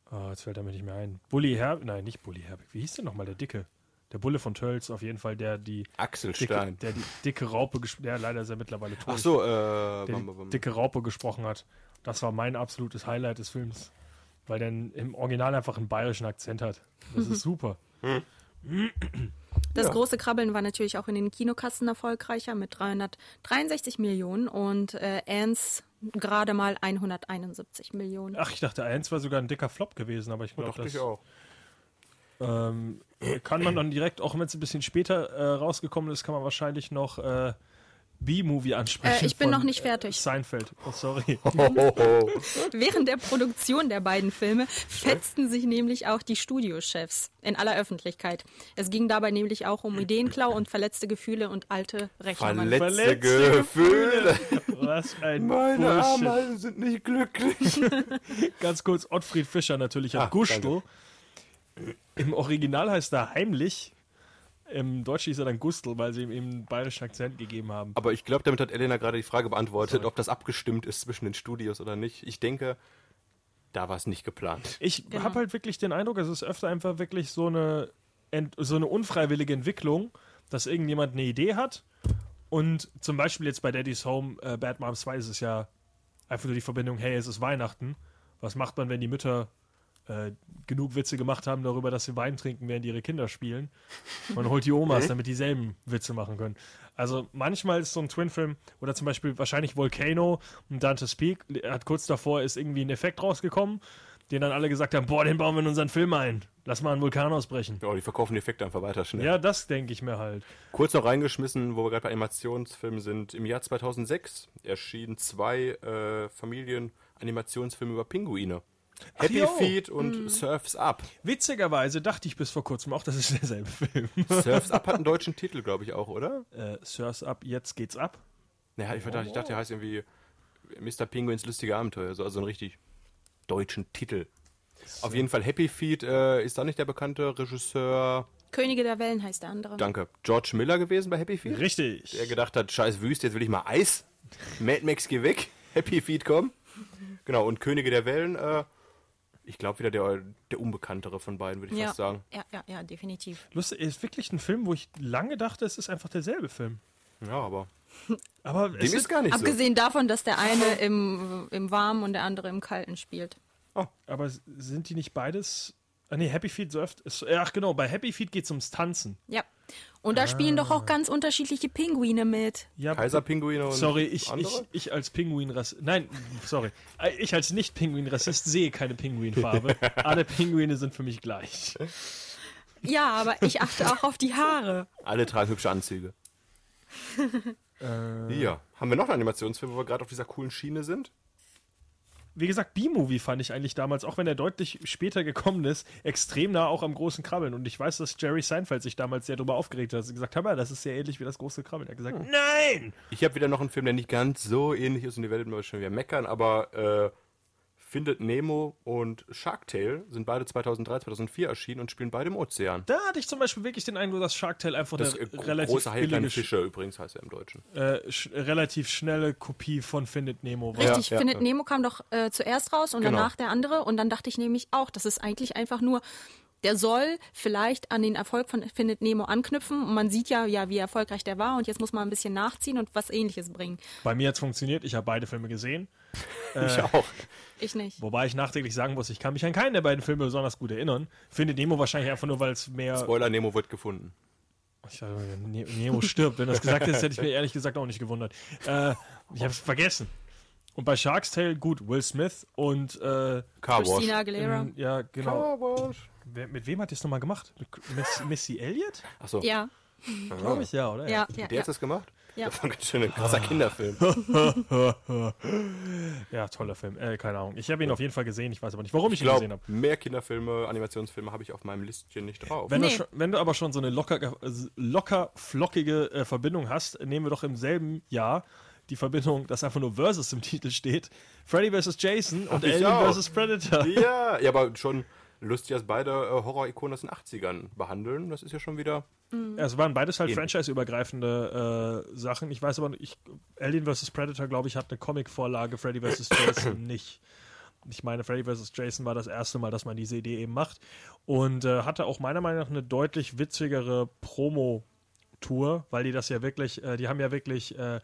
Speaker 5: Ah, jetzt fällt er mir nicht mehr ein. Bully Herbig. Nein, nicht Bully Herbig. Wie hieß denn nochmal der Dicke? Der Bulle von Tölz, auf jeden Fall, der die.
Speaker 6: Axel
Speaker 5: Dicke,
Speaker 6: Stein.
Speaker 5: der die dicke Raupe gesprochen Der leider ist er mittlerweile tot.
Speaker 6: Ach so, äh,
Speaker 5: der
Speaker 6: bam, bam,
Speaker 5: die
Speaker 6: bam.
Speaker 5: dicke Raupe gesprochen hat. Das war mein absolutes Highlight des Films. Weil der im Original einfach einen bayerischen Akzent hat. Das ist super.
Speaker 4: Das große Krabbeln war natürlich auch in den Kinokassen erfolgreicher mit 363 Millionen und äh, Ants gerade mal 171 Millionen.
Speaker 5: Ach, ich dachte, eins war sogar ein dicker Flop gewesen, aber ich glaube,
Speaker 6: dachte
Speaker 5: das
Speaker 6: Oh, ich auch.
Speaker 5: Ähm, kann man dann direkt, auch wenn es ein bisschen später äh, rausgekommen ist, kann man wahrscheinlich noch äh, B-Movie ansprechen.
Speaker 4: Äh, ich bin
Speaker 5: von,
Speaker 4: noch nicht fertig.
Speaker 5: Äh, Seinfeld. Oh, sorry.
Speaker 6: Oh, oh, oh.
Speaker 4: Während der Produktion der beiden Filme fetzten sich nämlich auch die Studiochefs in aller Öffentlichkeit. Es ging dabei nämlich auch um Ideenklau und verletzte Gefühle und alte Rechnungen.
Speaker 6: Verletzte,
Speaker 5: Verletzte
Speaker 6: Gefühle.
Speaker 5: Was ein
Speaker 6: Meine
Speaker 5: Bullshit.
Speaker 6: Ameisen sind nicht glücklich.
Speaker 5: Ganz kurz, Ottfried Fischer natürlich auf
Speaker 6: Ah,
Speaker 5: Gusto. Im Original heißt er heimlich. Im Deutschen hieß er dann Gustl, weil sie ihm eben einen bayerischen Akzent gegeben haben.
Speaker 6: Aber ich glaube, damit hat Elena gerade die Frage beantwortet, ob das abgestimmt ist zwischen den Studios oder nicht. Ich denke, da war es nicht geplant.
Speaker 5: Ich habe halt wirklich den Eindruck, es ist öfter einfach wirklich so eine, ent, so eine unfreiwillige Entwicklung, dass irgendjemand eine Idee hat. Und zum Beispiel jetzt bei Daddy's Home, äh, Bad Moms 2 ist es ja einfach nur die Verbindung, hey, es ist Weihnachten. Was macht man, wenn die Mütter äh, genug Witze gemacht haben darüber, dass sie Wein trinken, während ihre Kinder spielen? Man holt die Omas, damit dieselben Witze machen können. Also manchmal ist so ein Twin-Film oder zum Beispiel wahrscheinlich Volcano und Dante's Peak hat kurz davor ist irgendwie ein Effekt rausgekommen, den dann alle gesagt haben, boah, den bauen wir in unseren Film ein. Lass mal einen Vulkan ausbrechen.
Speaker 6: Oh, die verkaufen die Effekte einfach weiter schnell.
Speaker 5: Ja, das denke ich mir halt.
Speaker 6: Kurz noch reingeschmissen, wo wir gerade bei Animationsfilmen sind. Im Jahr 2006 erschienen zwei äh, Familien-Animationsfilme über Pinguine. Happy
Speaker 5: jo.
Speaker 6: Feet und Surf's Up.
Speaker 5: Witzigerweise dachte ich bis vor kurzem auch, das ist derselbe Film.
Speaker 6: Surf's Up hat einen deutschen Titel, glaube ich, auch, oder?
Speaker 5: äh, Surf's Up, jetzt geht's ab.
Speaker 6: Naja, ich dachte, ich dachte, der heißt irgendwie Mr. Penguins lustige Abenteuer, so, also einen richtig deutschen Titel. Auf jeden Fall Happy Feet äh, ist da nicht der bekannte Regisseur,
Speaker 4: Könige der Wellen heißt der andere.
Speaker 6: danke, George Miller gewesen bei Happy Feet?
Speaker 5: Richtig.
Speaker 6: Der gedacht hat, scheiß Wüste, jetzt will ich mal Eis. Mad Max, geh weg. Happy Feet, komm. Genau, und Könige der Wellen, äh, ich glaube wieder der, der unbekanntere von beiden, würde ich
Speaker 4: ja.
Speaker 6: fast sagen.
Speaker 4: ja, ja, ja, definitiv.
Speaker 5: Lustig, ist wirklich ein Film, wo ich lange dachte, es ist einfach derselbe Film.
Speaker 6: Ja, aber
Speaker 5: Aber
Speaker 6: dem
Speaker 5: es
Speaker 6: ist gar nicht so.
Speaker 4: Abgesehen davon, dass der eine im, im Warmen und der andere im Kalten spielt.
Speaker 5: Aber sind die nicht beides? Ah, nee, Happy Feet so oft. Ist, ach genau, bei Happy Feet geht es ums Tanzen.
Speaker 4: Ja. Und da spielen doch
Speaker 6: Ah.
Speaker 4: auch ganz unterschiedliche Pinguine mit.
Speaker 5: Ja,
Speaker 6: Kaiserpinguine und
Speaker 5: Sorry, ich, ich,
Speaker 6: andere?
Speaker 5: ich als Pinguin-Rassist. Nein, sorry. Äh, Ich als Nicht-Pinguin-Rassist sehe keine Pinguinfarbe. Alle Pinguine sind für mich gleich.
Speaker 4: Ja, aber ich achte auch auf die Haare.
Speaker 6: Alle tragen hübsche Anzüge. Äh. Ja. Haben wir noch einen Animationsfilm, wo wir gerade auf dieser coolen Schiene sind?
Speaker 5: Wie gesagt, B-Movie fand ich eigentlich damals, auch wenn er deutlich später gekommen ist, extrem nah auch am großen Krabbeln. Und ich weiß, dass Jerry Seinfeld sich damals sehr darüber aufgeregt hat. Er hat gesagt, hör mal, das ist sehr ähnlich wie das große Krabbeln. Er hat
Speaker 6: Hm.
Speaker 5: gesagt, nein!
Speaker 6: Ich habe wieder noch einen Film, der nicht ganz so ähnlich ist und die werdet mir schon wieder meckern, aber äh, Findet Nemo und Shark Tale sind beide 2003, 2004 erschienen und spielen beide im Ozean.
Speaker 5: Da hatte ich zum Beispiel wirklich den Eindruck, dass Shark Tale einfach
Speaker 6: Das
Speaker 5: eine
Speaker 6: äh, gro-
Speaker 5: relativ,
Speaker 6: große Hai kleine
Speaker 5: billige,
Speaker 6: Fische übrigens heißt er im Deutschen.
Speaker 5: äh, sch relativ schnelle Kopie von Findet Nemo war.
Speaker 4: Richtig,
Speaker 6: ja,
Speaker 4: Findet
Speaker 6: ja.
Speaker 4: Nemo kam doch äh, zuerst raus und
Speaker 6: Genau.
Speaker 4: danach der andere. Und dann dachte ich nämlich auch, das ist eigentlich einfach nur, der soll vielleicht an den Erfolg von Findet Nemo anknüpfen. Und man sieht ja, ja, wie erfolgreich der war. Und jetzt muss man ein bisschen nachziehen und was ähnliches bringen.
Speaker 5: Bei mir hat es funktioniert, ich habe beide Filme gesehen.
Speaker 6: Ich auch.
Speaker 5: äh,
Speaker 4: Ich nicht.
Speaker 5: Wobei ich nachträglich sagen muss, ich kann mich an keinen der beiden Filme besonders gut erinnern. Findet Nemo wahrscheinlich einfach nur, weil es mehr.
Speaker 6: Spoiler, Nemo wird gefunden.
Speaker 5: Ich sag, Ne- Nemo stirbt. Wenn das gesagt ist, hätte ich mir ehrlich gesagt auch nicht gewundert. Äh, ich habe es vergessen. Und bei Shark's Tale, gut, Will Smith und. Äh,
Speaker 6: Carwash.
Speaker 4: Christina Aguilera.
Speaker 6: Mhm.
Speaker 5: ähm, ja, genau.
Speaker 6: Carwash.
Speaker 5: Wer, mit wem hat das nochmal gemacht? Mit Miss, Missy Elliott?
Speaker 6: Achso, ja.
Speaker 4: Ja,
Speaker 5: Glaube ich, ja, oder?
Speaker 4: ja, ja.
Speaker 6: der
Speaker 4: ja.
Speaker 6: hat das gemacht?
Speaker 4: Ja.
Speaker 6: Das war ganz schön ein krasser
Speaker 5: Ah.
Speaker 6: Kinderfilm.
Speaker 5: Ja, toller Film. Äh, keine Ahnung. Ich habe ihn auf jeden Fall gesehen. Ich weiß aber nicht, warum ich,
Speaker 6: Ich
Speaker 5: ihn gesehen
Speaker 6: glaube,
Speaker 5: habe.
Speaker 6: mehr Kinderfilme, Animationsfilme habe ich auf meinem Listchen nicht drauf.
Speaker 5: Wenn,
Speaker 4: Nee.
Speaker 5: du schon, wenn du aber schon so eine locker, äh, locker flockige äh, Verbindung hast, nehmen wir doch im selben Jahr die Verbindung, dass einfach nur Versus im Titel steht. Freddy vs. Jason und
Speaker 6: ich
Speaker 5: Alien
Speaker 6: auch.
Speaker 5: vs. Predator.
Speaker 6: ja, ja, aber schon lustig, dass beide äh, Horror-Ikonen aus den 80ern behandeln. Das ist ja schon wieder.
Speaker 5: Ja, es waren beides halt
Speaker 6: Ähnlich.
Speaker 5: franchise-übergreifende äh, Sachen. Ich weiß aber, nicht, ich, Alien vs. Predator, glaube ich, hat eine Comic-Vorlage, Freddy vs. Jason nicht. Ich meine, Freddy vs. Jason war das erste Mal, dass man diese Idee eben macht und äh, hatte auch meiner Meinung nach eine deutlich witzigere Promo-Tour, weil die das ja wirklich, äh, die haben ja wirklich äh,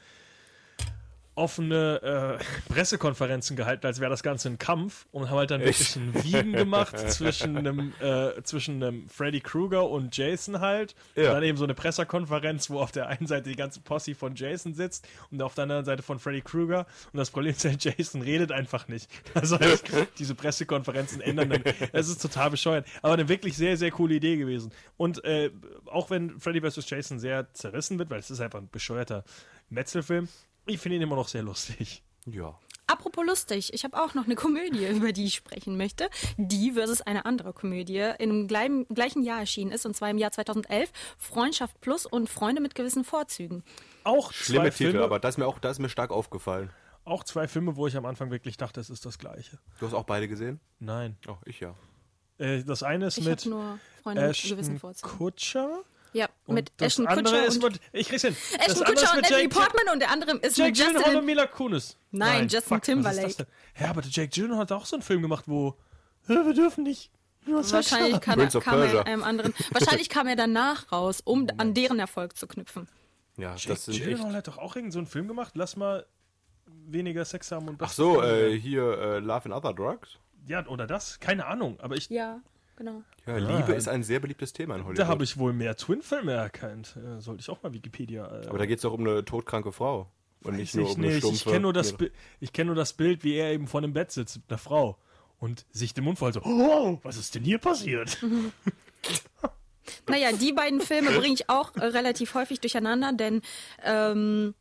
Speaker 5: offene äh, Pressekonferenzen gehalten, als wäre das Ganze ein Kampf und haben halt dann wirklich
Speaker 6: Echt?
Speaker 5: ein Wiegen gemacht zwischen einem, äh, zwischen einem Freddy Krueger und Jason halt.
Speaker 6: Ja.
Speaker 5: Und dann eben so eine Pressekonferenz, wo auf der einen Seite die ganze Posse von Jason sitzt und auf der anderen Seite von Freddy Krueger. Und das Problem ist ja, Jason redet einfach nicht. Das heißt, diese Pressekonferenzen ändern dann. Es ist total bescheuert. Aber eine wirklich sehr, sehr coole Idee gewesen. Und äh, auch wenn Freddy vs. Jason sehr zerrissen wird, weil es ist einfach ein bescheuerter Metzelfilm, ich finde ihn immer noch sehr lustig.
Speaker 6: Ja.
Speaker 4: Apropos lustig, ich habe auch noch eine Komödie, über die ich sprechen möchte, die versus eine andere Komödie in einem gleichen, gleichen Jahr erschienen ist, und zwar im Jahr 2011, Freundschaft Plus und Freunde mit gewissen Vorzügen.
Speaker 5: Auch
Speaker 6: Schlimme
Speaker 5: zwei
Speaker 6: Titel,
Speaker 5: Filme,
Speaker 6: aber das ist mir auch, das ist mir stark aufgefallen.
Speaker 5: auch zwei Filme, wo ich am Anfang wirklich dachte, es ist das Gleiche.
Speaker 6: Du hast auch beide gesehen?
Speaker 5: Nein.
Speaker 6: Oh, ich ja.
Speaker 5: Äh, das eine ist
Speaker 4: Ich
Speaker 5: mit
Speaker 4: habe nur Freunde mit gewissen
Speaker 5: Ashton
Speaker 4: Vorzügen.
Speaker 5: Kutscher.
Speaker 4: Ja,
Speaker 5: und
Speaker 4: mit
Speaker 5: das
Speaker 4: Ashton
Speaker 5: andere
Speaker 4: Kutcher
Speaker 5: ist
Speaker 4: und,
Speaker 5: mit, ich krieg's hin. das andere
Speaker 4: Ashton
Speaker 5: ist
Speaker 4: Kutcher und
Speaker 5: mit
Speaker 4: Natalie
Speaker 5: Jake,
Speaker 4: Portman und der andere ist
Speaker 5: Jake
Speaker 4: mit
Speaker 5: Gyllenhaal und
Speaker 4: Justin.
Speaker 5: Mila Kunis.
Speaker 4: Nein, Justin
Speaker 5: was ist
Speaker 4: Timberlake.
Speaker 5: das denn? Ja, aber der Jake Gyllenhaal hat auch so einen Film gemacht, wo "Hä, wir dürfen nicht. Nur
Speaker 4: Wahrscheinlich
Speaker 5: Sexual-
Speaker 4: kam,
Speaker 6: Prince
Speaker 4: er,
Speaker 6: of
Speaker 4: kam er in
Speaker 6: Persia.
Speaker 4: einem anderen. Wahrscheinlich kam er danach raus, um an deren Erfolg zu knüpfen.
Speaker 6: Ja,
Speaker 5: Jake
Speaker 6: das sind echt.
Speaker 5: Gyllenhaal hat doch auch irgendeinen so einen Film gemacht. Lass mal weniger Sex haben und
Speaker 6: Ach so, äh, hier äh, Love and Other Drugs.
Speaker 5: Ja, oder das? Keine Ahnung. Aber ich,
Speaker 4: Ja, genau.
Speaker 6: Ja, Liebe ist ein sehr beliebtes Thema in Hollywood.
Speaker 5: da habe ich wohl mehr Twin-Filme erkannt. Äh, sollte ich auch mal Wikipedia. Äh,
Speaker 6: Aber da geht es doch um eine todkranke Frau. Und
Speaker 5: Weiß
Speaker 6: nicht nur
Speaker 5: ich
Speaker 6: um eine
Speaker 5: nicht.
Speaker 6: stumpfe.
Speaker 5: Ich kenne nur, das
Speaker 6: Ja.
Speaker 5: Bi- ich kenn nur das Bild, wie er eben vor einem Bett sitzt mit einer Frau und sich den Mund voll so, oh, was ist denn hier passiert?
Speaker 4: Naja, die beiden Filme bringe ich auch äh, relativ häufig durcheinander, denn ähm,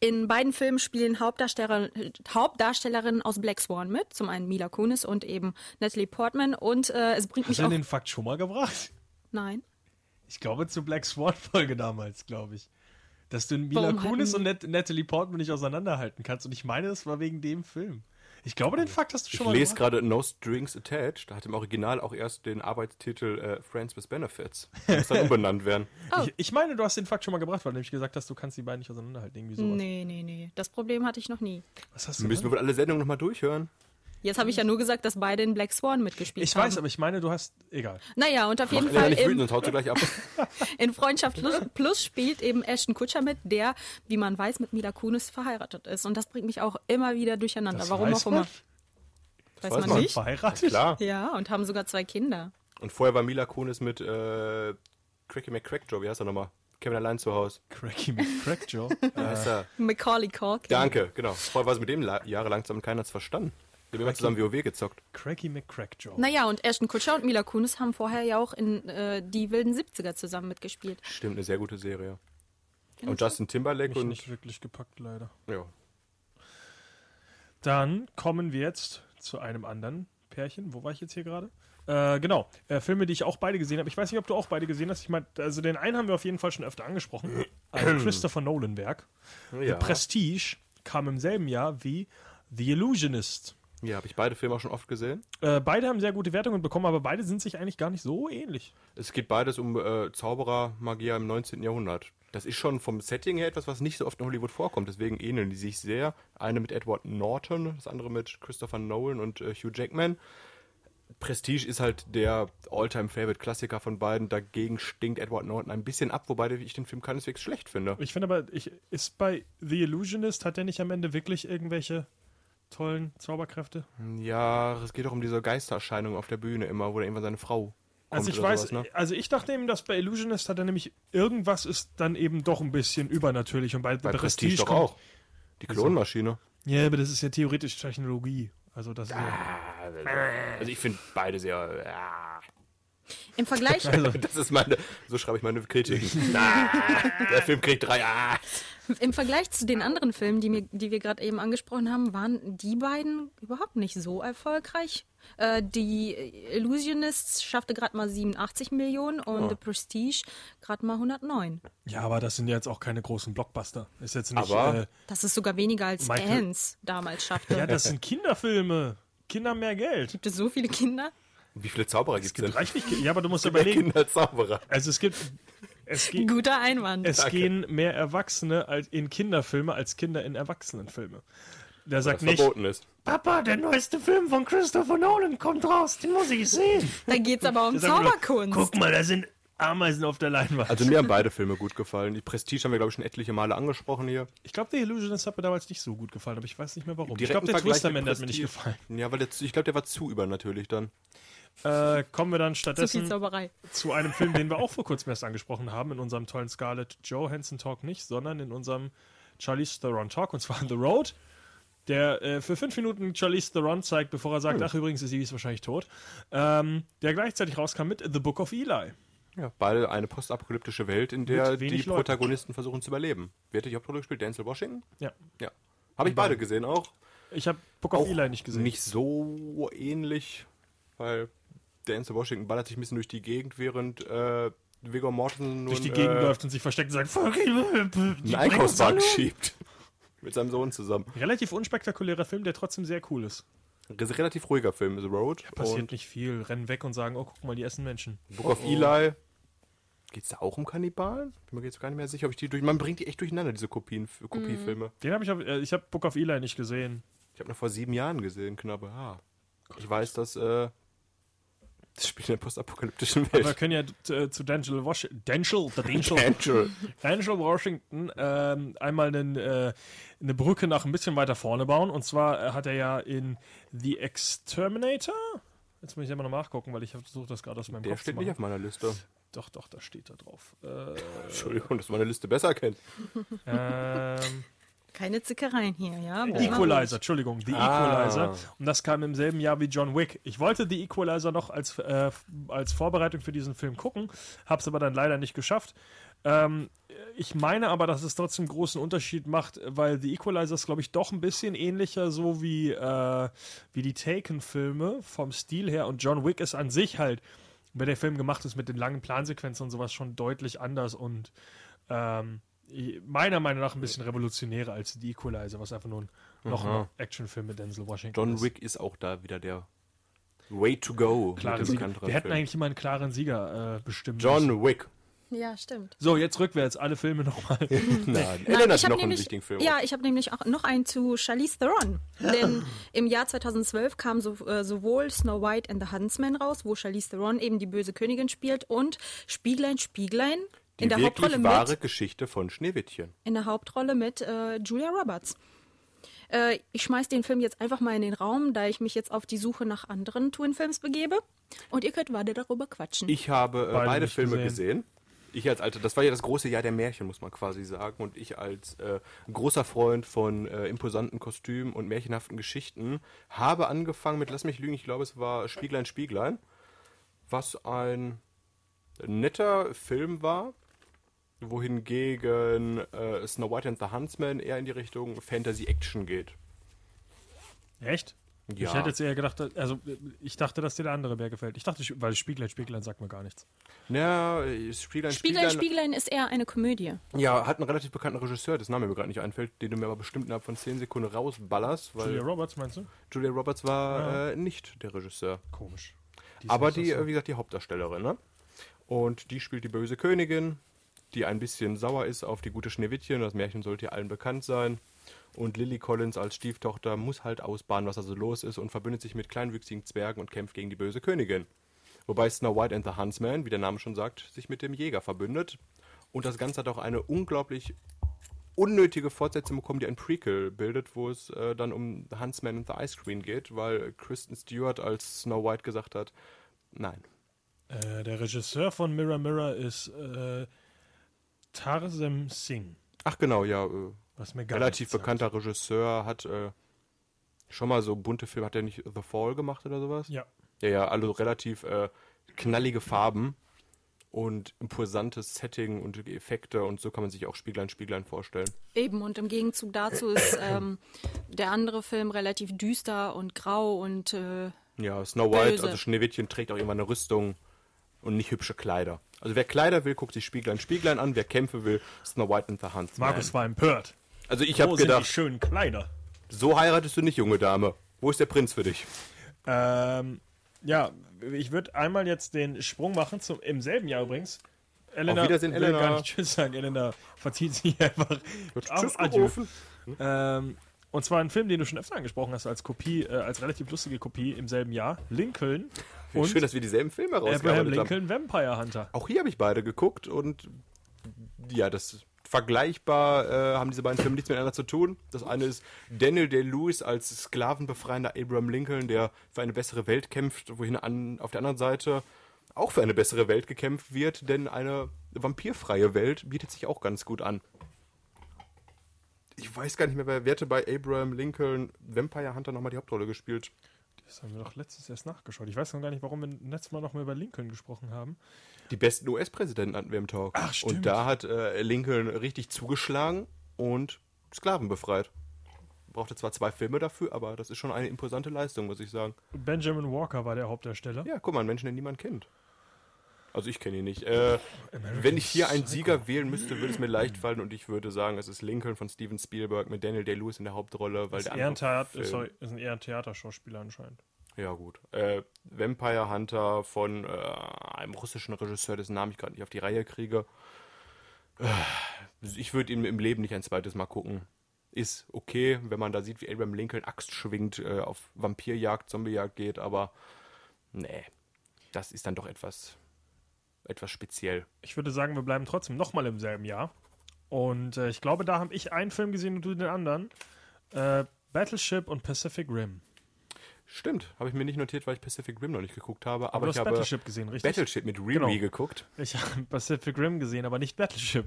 Speaker 4: in beiden Filmen spielen Hauptdarsteller, Hauptdarstellerinnen aus Black Swan mit, zum einen Mila Kunis und eben Natalie Portman. Und äh, es bringt
Speaker 5: Hast
Speaker 4: mich
Speaker 5: du
Speaker 4: auch.
Speaker 5: den Fakt schon mal gebracht?
Speaker 4: Nein.
Speaker 5: Ich glaube, zur Black Swan-Folge damals, glaube ich. Dass du Mila
Speaker 4: Warum
Speaker 5: Kunis
Speaker 4: hatten-
Speaker 5: und Nat Natalie Portman nicht auseinanderhalten kannst. Und ich meine, das war wegen dem Film. Ich glaube, den Fakt hast du
Speaker 6: Ich
Speaker 5: schon mal
Speaker 6: lese
Speaker 5: gebracht.
Speaker 6: gerade No Strings Attached. Da hat im Original auch erst den Arbeitstitel äh, Friends with Benefits. Muss dann umbenannt werden.
Speaker 5: Ich, ich meine, du hast den Fakt schon mal gebracht, weil du nämlich gesagt hast, du kannst die beiden nicht auseinanderhalten. Irgendwie sowas.
Speaker 4: Nee, nee, nee. Das Problem hatte ich noch nie.
Speaker 5: Was hast du
Speaker 6: Müssen wir
Speaker 5: gemacht?
Speaker 6: wohl alle Sendungen nochmal durchhören.
Speaker 4: Jetzt habe ich ja nur gesagt, dass beide in Black Swan mitgespielt
Speaker 5: Ich
Speaker 4: haben.
Speaker 5: weiß, aber ich meine, du hast. Egal.
Speaker 4: Naja, und auf jeden
Speaker 6: Mach Elena
Speaker 4: Fall
Speaker 6: nicht wütend,
Speaker 4: im,
Speaker 6: sonst haut sie gleich ab.
Speaker 4: in Freundschaft Plus, Plus spielt eben Ashton Kutscher mit, der, wie man weiß, mit Mila Kunis verheiratet ist. Und das bringt mich auch immer wieder durcheinander.
Speaker 5: Das
Speaker 4: Warum
Speaker 5: weiß
Speaker 4: auch immer.
Speaker 5: man.
Speaker 4: Weiß,
Speaker 6: weiß
Speaker 4: man,
Speaker 6: man.
Speaker 4: nicht?
Speaker 5: Verheiratet?
Speaker 6: Klar.
Speaker 4: Ja, und haben sogar zwei Kinder.
Speaker 6: Und vorher war Mila Kunis mit äh, Cracky McCrackjaw. Wie heißt er nochmal? Kevin allein zu Hause.
Speaker 5: Cracky McCrackjaw.
Speaker 6: Wie heißt er?
Speaker 4: Macaulay Culkin.
Speaker 6: Danke, genau. Vorher war es mit dem la- jahrelang zusammen, keiner hat es verstanden. Wir haben immer zusammen WoW gezockt.
Speaker 5: Cracky McCrackjaw.
Speaker 4: Naja, und Ashton Kutcher und Mila Kunis haben vorher ja auch in äh, Die wilden 70er zusammen mitgespielt.
Speaker 6: Stimmt, eine sehr gute Serie. Und Justin Timberlake
Speaker 5: Mich
Speaker 6: und.
Speaker 5: nicht wirklich gepackt, leider.
Speaker 6: Ja.
Speaker 5: Dann kommen wir jetzt zu einem anderen Pärchen. Wo war ich jetzt hier gerade? Äh, genau, äh, Filme, die ich auch beide gesehen habe. Ich weiß nicht, ob du auch beide gesehen hast. Ich meine, also den einen haben wir auf jeden Fall schon öfter angesprochen. Also Christopher Nolan Werk. The
Speaker 6: Ja.
Speaker 5: Prestige kam im selben Jahr wie The Illusionist.
Speaker 6: Ja, habe ich beide Filme auch schon oft gesehen.
Speaker 5: Äh, beide haben sehr gute Wertungen bekommen, aber beide sind sich eigentlich gar nicht so ähnlich.
Speaker 6: Es geht beides um äh, Zauberer, Magier im 19. Jahrhundert. Das ist schon vom Setting her etwas, was nicht so oft in Hollywood vorkommt. Deswegen ähneln die sich sehr. Eine mit Edward Norton, das andere mit Christopher Nolan und äh, Hugh Jackman. Prestige ist halt der All-Time-Favorite-Klassiker von beiden. Dagegen stinkt Edward Norton ein bisschen ab, wobei ich den Film keineswegs schlecht finde.
Speaker 5: Ich finde aber, ich, ist bei The Illusionist, hat der nicht am Ende wirklich irgendwelche tollen Zauberkräfte?
Speaker 6: Ja, es geht auch um diese Geistererscheinung auf der Bühne immer, wo dann irgendwann seine Frau kommt
Speaker 5: Also ich
Speaker 6: oder
Speaker 5: weiß,
Speaker 6: sowas, ne?
Speaker 5: also ich dachte eben, dass bei Illusionist hat er nämlich irgendwas ist dann eben doch ein bisschen übernatürlich und bei,
Speaker 6: Bei
Speaker 5: The
Speaker 6: Prestige, doch
Speaker 5: kommt- Also
Speaker 6: auch. Die Klonmaschine.
Speaker 5: Ja, aber das ist ja theoretisch Technologie. Also das ist
Speaker 6: Ah.
Speaker 5: ja,
Speaker 6: Also ich finde beide sehr. ah.
Speaker 4: Im Vergleich,
Speaker 5: also,
Speaker 6: Das ist meine. So schreibe ich meine Kritiken. Ah, der Film kriegt drei. Ah.
Speaker 4: Im Vergleich zu den anderen Filmen, die, mir, die wir gerade eben angesprochen haben, waren die beiden überhaupt nicht so erfolgreich. Äh, die Illusionists schaffte gerade mal 87 Millionen und The Prestige gerade mal 109.
Speaker 5: ja, aber das sind ja jetzt auch keine großen Blockbuster. Ist jetzt nicht.
Speaker 6: Aber-
Speaker 5: äh,
Speaker 4: Das ist sogar weniger als
Speaker 5: Michael-
Speaker 4: Ants damals schaffte.
Speaker 5: äh, ja, das sind Kinderfilme. Kinder mehr Geld.
Speaker 4: Gibt es so viele Kinder?
Speaker 6: Wie viele Zauberer
Speaker 5: Es
Speaker 6: gibt's
Speaker 5: gibt
Speaker 6: denn?
Speaker 5: reichlich. Ki- Ja, aber du musst
Speaker 6: Mehr
Speaker 5: überlegen.
Speaker 6: Kinder Zauberer.
Speaker 5: Also es gibt. Es, ge
Speaker 4: Guter Einwand.
Speaker 5: es gehen mehr Erwachsene als in Kinderfilme als Kinder in Erwachsenenfilme. Der sagt
Speaker 6: Was
Speaker 5: nicht.
Speaker 6: verboten ist.
Speaker 5: Papa, der neueste Film von Christopher Nolan kommt raus, den muss ich sehen.
Speaker 4: da geht es aber um Zauberkunst.
Speaker 5: Guck mal, da sind Ameisen auf der Leinwand.
Speaker 6: Also mir haben beide Filme gut gefallen. Die Prestige haben wir, glaube ich, schon etliche Male angesprochen hier.
Speaker 5: Oh, ich glaube, der Illusionist hat mir damals nicht so gut gefallen, aber ich weiß nicht mehr warum. ich
Speaker 6: Direkten
Speaker 5: glaube, der
Speaker 6: Vergleich
Speaker 5: Twist am
Speaker 6: mit
Speaker 5: Ende hat mir nicht
Speaker 6: Prestige.
Speaker 5: gefallen.
Speaker 6: Ja, weil der, ich glaube, der war zu übernatürlich dann.
Speaker 5: Äh, kommen wir dann
Speaker 4: Zu viel
Speaker 5: stattdessen
Speaker 4: Zauberei.
Speaker 5: zu einem Film, den wir auch vor kurzem erst angesprochen haben, in unserem tollen Scarlett Johansson Talk nicht, sondern in unserem Charlize Theron Talk, und zwar The Road, der äh, für fünf Minuten Charlize Theron zeigt, bevor er sagt,
Speaker 6: Hm.
Speaker 5: ach übrigens, sie ist wahrscheinlich tot, ähm, der gleichzeitig rauskam mit The Book of Eli.
Speaker 6: Ja, beide eine postapokalyptische Welt, in der
Speaker 5: Mit
Speaker 6: die
Speaker 5: wenig Leuten.
Speaker 6: Protagonisten versuchen zu überleben. Wer hat die Hauptrolle gespielt? Denzel Washington?
Speaker 5: Ja.
Speaker 6: Ja. Habe ich beide gesehen auch.
Speaker 5: Ich habe Book of Eli nicht gesehen.
Speaker 6: Nicht so ähnlich, weil Denzel Washington ballert sich ein bisschen durch die Gegend, während äh, Viggo Mortensen
Speaker 5: durch die
Speaker 6: nun,
Speaker 5: Gegend
Speaker 6: äh,
Speaker 5: läuft und sich versteckt und sagt, fuck, die bringen
Speaker 6: einen
Speaker 5: uns
Speaker 6: Einkaufswagen
Speaker 5: alle um.
Speaker 6: schiebt. Mit seinem Sohn zusammen.
Speaker 5: Relativ unspektakulärer Film, der trotzdem sehr cool ist.
Speaker 6: Re- Relativ ruhiger Film, The Road.
Speaker 5: Passiert Oh,
Speaker 6: und
Speaker 5: nicht viel. Rennen weg und sagen, oh, guck mal, die essen Menschen.
Speaker 6: Book of Eli. Geht's da auch um Kannibalen? Bin mir jetzt gar nicht mehr sicher, ob ich die durch. Man bringt die echt durcheinander, diese Kopien,
Speaker 5: Mhm.
Speaker 6: Kopiefilme.
Speaker 5: Den habe ich, auf- äh, ich habe Book of Eli nicht gesehen.
Speaker 6: Ich habe noch vor sieben Jahren gesehen, knappe. Ah. Ich weiß, dass äh, das spielt in der postapokalyptischen
Speaker 5: Wir
Speaker 6: Welt.
Speaker 5: können ja äh, zu Denzel Washington, Denzel, der Denzel,
Speaker 6: Angel.
Speaker 5: Denzel Washington ähm, einmal einen, äh, eine Brücke nach ein bisschen weiter vorne bauen. Und zwar äh, hat er ja in The Exterminator. Jetzt muss ich immer noch nachgucken, weil ich versuche das gerade aus meinem
Speaker 6: Der
Speaker 5: Kopf zu
Speaker 6: steht nicht auf
Speaker 5: machen.
Speaker 6: meiner Liste.
Speaker 5: Doch, doch, da steht da drauf. Äh,
Speaker 6: Entschuldigung, dass meine Liste besser kennt.
Speaker 5: ähm,
Speaker 4: Keine Zickereien hier, ja?
Speaker 5: Equalizer, Entschuldigung, The
Speaker 6: Ah.
Speaker 5: Equalizer. Und das kam im selben Jahr wie John Wick. Ich wollte The Equalizer noch als, äh, als Vorbereitung für diesen Film gucken, hab's aber dann leider nicht geschafft. Ähm, ich meine aber, dass es trotzdem großen Unterschied macht, weil The Equalizer ist, glaube ich, doch ein bisschen ähnlicher, so wie, äh, wie die Taken-Filme vom Stil her. Und John Wick ist an sich halt, wenn der Film gemacht ist mit den langen Plansequenzen und sowas, schon deutlich anders und ähm, meiner Meinung nach ein bisschen revolutionärer als The Equalizer, was einfach nur ein, noch ein Actionfilm mit Denzel Washington
Speaker 6: John
Speaker 5: ist.
Speaker 6: Wick ist auch da wieder der Way to go. mit
Speaker 5: Klare
Speaker 6: dem
Speaker 5: Sieger.
Speaker 6: Kantra-Film.
Speaker 5: Wir hätten eigentlich immer einen klaren Sieger äh, bestimmt. müssen.
Speaker 6: John Wick.
Speaker 4: Ja, stimmt.
Speaker 5: So, jetzt rückwärts, alle Filme nochmal.
Speaker 6: Nein,
Speaker 4: Nein, ich
Speaker 6: Ellen hat
Speaker 4: hab
Speaker 6: noch einen
Speaker 4: nämlich-
Speaker 6: wichtigen Film.
Speaker 4: Ja, ich habe nämlich auch noch einen zu Charlize Theron. Denn im Jahr 2012 kam so, äh, sowohl Snow White and the Huntsman raus, wo Charlize Theron eben die böse Königin spielt, und Spieglein, Spieglein
Speaker 6: die
Speaker 4: in der
Speaker 6: wirklich
Speaker 4: Hauptrolle
Speaker 6: wahre
Speaker 4: mit,
Speaker 6: Geschichte von Schneewittchen.
Speaker 4: in der Hauptrolle mit äh, Julia Roberts. Äh, ich schmeiß den Film jetzt einfach mal in den Raum, da ich mich jetzt auf die Suche nach anderen Twin-Films begebe. Und ihr könnt weiter darüber quatschen.
Speaker 6: Ich habe äh, beide,
Speaker 5: nicht
Speaker 6: Filme
Speaker 5: gesehen.
Speaker 6: gesehen. Ich als alter, das war ja das große Jahr der Märchen, muss man quasi sagen. Und ich als äh, großer Freund von äh, imposanten Kostümen und märchenhaften Geschichten habe angefangen mit, lass mich lügen, ich glaube, es war Spieglein, Spieglein, was ein netter Film war, wohingegen äh, Snow White and the Huntsman eher in die Richtung Fantasy-Action geht.
Speaker 5: Echt?
Speaker 6: Ja.
Speaker 5: Ich hätte jetzt eher gedacht, also ich dachte, dass dir der andere mehr gefällt. Ich dachte, weil Spieglein, Spieglein sagt mir gar nichts.
Speaker 6: Ja, Spieglein,
Speaker 4: Spieglein, Spieglein ist eher eine Komödie.
Speaker 6: Ja, hat einen relativ bekannten Regisseur, dessen Name mir gerade nicht einfällt, den du mir aber bestimmt innerhalb von 10 Sekunden rausballerst, weil
Speaker 5: Julia
Speaker 6: Julia,
Speaker 5: Roberts meinst du?
Speaker 6: Roberts war äh, nicht der Regisseur.
Speaker 5: Komisch. ist
Speaker 6: aber
Speaker 5: nicht
Speaker 6: die,
Speaker 5: das, ne?
Speaker 6: äh, wie gesagt, die Hauptdarstellerin, ne? Und die spielt die böse Königin, die ein bisschen sauer ist auf die gute Schneewittchen. Das Märchen sollte ja allen bekannt sein. Und Lily Collins als Stieftochter muss halt ausbaden, was da so los ist und verbündet sich mit kleinwüchsigen Zwergen und kämpft gegen die böse Königin. Wobei Snow White and the Huntsman, wie der Name schon sagt, sich mit dem Jäger verbündet. Und das Ganze hat auch eine unglaublich unnötige Fortsetzung bekommen, die ein Prequel bildet, wo es äh, dann um Huntsman and the Ice Queen geht, weil Kristen Stewart als Snow White gesagt hat, nein.
Speaker 5: Äh, der Regisseur von Mirror Mirror ist äh, Tarsem Singh.
Speaker 6: Ach genau, ja, äh,
Speaker 5: Was mir gar
Speaker 6: relativ
Speaker 5: nichts sagt.
Speaker 6: bekannter Regisseur, hat äh, schon mal so bunte Filme, hat er nicht The Fall gemacht oder sowas?
Speaker 5: Ja.
Speaker 6: Ja, ja, also relativ äh, knallige Farben und imposantes Setting und Effekte und so kann man sich auch Spieglein, Spieglein vorstellen.
Speaker 4: Eben, und im Gegenzug dazu ist ähm, der andere Film relativ düster und grau und äh,
Speaker 6: Ja, Snow White,
Speaker 4: Böse.
Speaker 6: also Schneewittchen, trägt auch immer eine Rüstung und nicht hübsche Kleider. Also wer Kleider will, guckt sich Spieglein, Spieglein an. Wer Kämpfe will, Snow White and the Huntsman.
Speaker 5: Markus war empört.
Speaker 6: also ich
Speaker 5: Wo
Speaker 6: habe
Speaker 5: sind die
Speaker 6: gedacht,
Speaker 5: schönen Kleider?
Speaker 6: so heiratest du nicht, junge Dame. Wo ist der Prinz für dich?
Speaker 5: Ähm, ja, ich würde einmal jetzt den Sprung machen, zum, im selben Jahr übrigens. Elena
Speaker 6: Auf Wiedersehen,
Speaker 5: will
Speaker 6: Elena.
Speaker 5: gar nicht Tschüss sagen. Elena verzieht sich einfach am
Speaker 6: Tschüss
Speaker 5: Adieu.
Speaker 6: gerufen.
Speaker 5: Ähm, und zwar ein Film, den du schon öfter angesprochen hast, als Kopie, äh, als relativ lustige Kopie im selben Jahr. Lincoln
Speaker 6: Wie schön,
Speaker 5: und
Speaker 6: dass wir dieselben Filme
Speaker 5: Abraham
Speaker 6: rausgearbeitet haben.
Speaker 5: Lincoln Vampire Hunter.
Speaker 6: Auch hier habe ich beide geguckt und ja, das vergleichbar äh, haben diese beiden Filme nichts miteinander zu tun. Das eine ist Daniel Day-Lewis als sklavenbefreiender Abraham Lincoln, der für eine bessere Welt kämpft, wohin an, auf der anderen Seite auch für eine bessere Welt gekämpft wird, denn eine vampirfreie Welt bietet sich auch ganz gut an. Ich weiß gar nicht mehr, wer werte bei Abraham Lincoln Vampire Hunter nochmal die Hauptrolle gespielt.
Speaker 5: Das haben wir doch letztes erst nachgeschaut. Ich weiß noch gar nicht, warum wir letztes Mal noch mal über Lincoln gesprochen haben.
Speaker 6: Die besten US-Präsidenten hatten wir im Talk.
Speaker 5: Ach, stimmt.
Speaker 6: Und da hat äh, Lincoln richtig zugeschlagen und Sklaven befreit. Brauchte zwar zwei Filme dafür, aber das ist schon eine imposante Leistung, muss ich sagen.
Speaker 5: Benjamin Walker war der Hauptdarsteller.
Speaker 6: Ja, guck mal, ein Menschen, den niemand kennt. Also ich kenne ihn nicht. Äh, wenn ich hier einen Sieger wählen müsste, würde es mir leicht fallen und ich würde sagen, es ist Lincoln von Steven Spielberg mit Daniel Day-Lewis in der Hauptrolle, weil
Speaker 5: Ist,
Speaker 6: der
Speaker 5: eher ein
Speaker 6: andere
Speaker 5: Theat-
Speaker 6: Film-
Speaker 5: sorry, ist ein eher ein Theaterschauspieler anscheinend.
Speaker 6: Ja, gut. Äh, Vampire Hunter von äh, einem russischen Regisseur, dessen Namen ich gerade nicht auf die Reihe kriege. Äh, Ich würde ihn im Leben nicht ein zweites Mal gucken. Ist okay, wenn man da sieht, wie Abraham Lincoln Axt schwingt, äh, auf Vampirjagd, Zombiejagd geht, aber nee, das ist dann doch etwas, etwas speziell.
Speaker 5: ich würde sagen, wir bleiben trotzdem nochmal im selben Jahr. Und äh, ich glaube, da habe ich einen Film gesehen und du den anderen. Äh, Battleship und Pacific Rim.
Speaker 6: Stimmt, habe ich mir nicht notiert, weil ich Pacific Rim noch nicht geguckt habe, aber,
Speaker 5: Aber du
Speaker 6: ich
Speaker 5: hast
Speaker 6: habe
Speaker 5: Battleship gesehen, richtig?
Speaker 6: Battleship mit Riri
Speaker 5: Genau.
Speaker 6: geguckt.
Speaker 5: Ich habe Pacific Rim gesehen, aber nicht Battleship.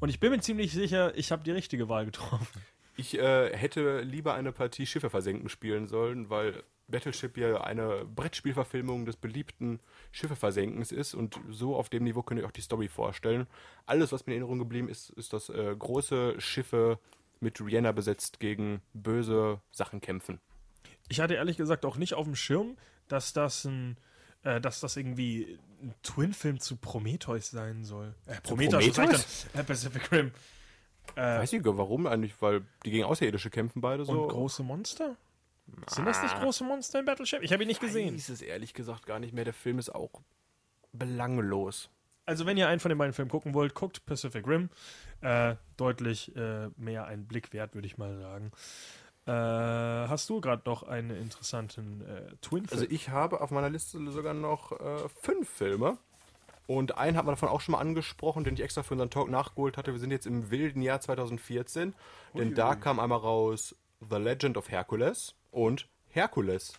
Speaker 5: Und ich bin mir ziemlich sicher, ich habe die richtige Wahl getroffen.
Speaker 6: Ich äh, hätte lieber eine Partie Schiffe versenken spielen sollen, weil Battleship ja eine Brettspielverfilmung des beliebten Schiffe versenkens ist und so auf dem Niveau könnt ihr euch die Story vorstellen. Alles, was mir in Erinnerung geblieben ist, ist, dass äh, große Schiffe mit Rihanna besetzt gegen böse Sachen kämpfen.
Speaker 5: Ich hatte ehrlich gesagt auch nicht auf dem Schirm, dass das ein äh, dass das irgendwie ein Twin-Film zu Prometheus sein soll. Äh, Prometheus, was sag
Speaker 6: Prometheus?
Speaker 5: ich dann? Äh, Pacific Rim.
Speaker 6: Weiß ich gar warum eigentlich, weil die gegen Außerirdische kämpfen beide so.
Speaker 5: Äh. Und große Monster? Sind das nicht große Monster in Battleship? Ich habe ihn nicht gesehen.
Speaker 6: Weiß es ehrlich gesagt gar nicht mehr. Der Film ist auch belanglos.
Speaker 5: Also wenn ihr einen von den beiden Filmen gucken wollt, guckt Pacific Rim. Äh, deutlich äh, mehr ein Blick wert, würde ich mal sagen. Äh, hast du gerade noch einen interessanten äh, Twin-Film?
Speaker 6: Also ich habe auf meiner Liste sogar noch äh, fünf Filme. Und einen hat man davon auch schon mal angesprochen, den ich extra für unseren Talk nachgeholt hatte. Wir sind jetzt im wilden Jahr 2014. Denn da kam einmal raus The Legend of Hercules und Hercules.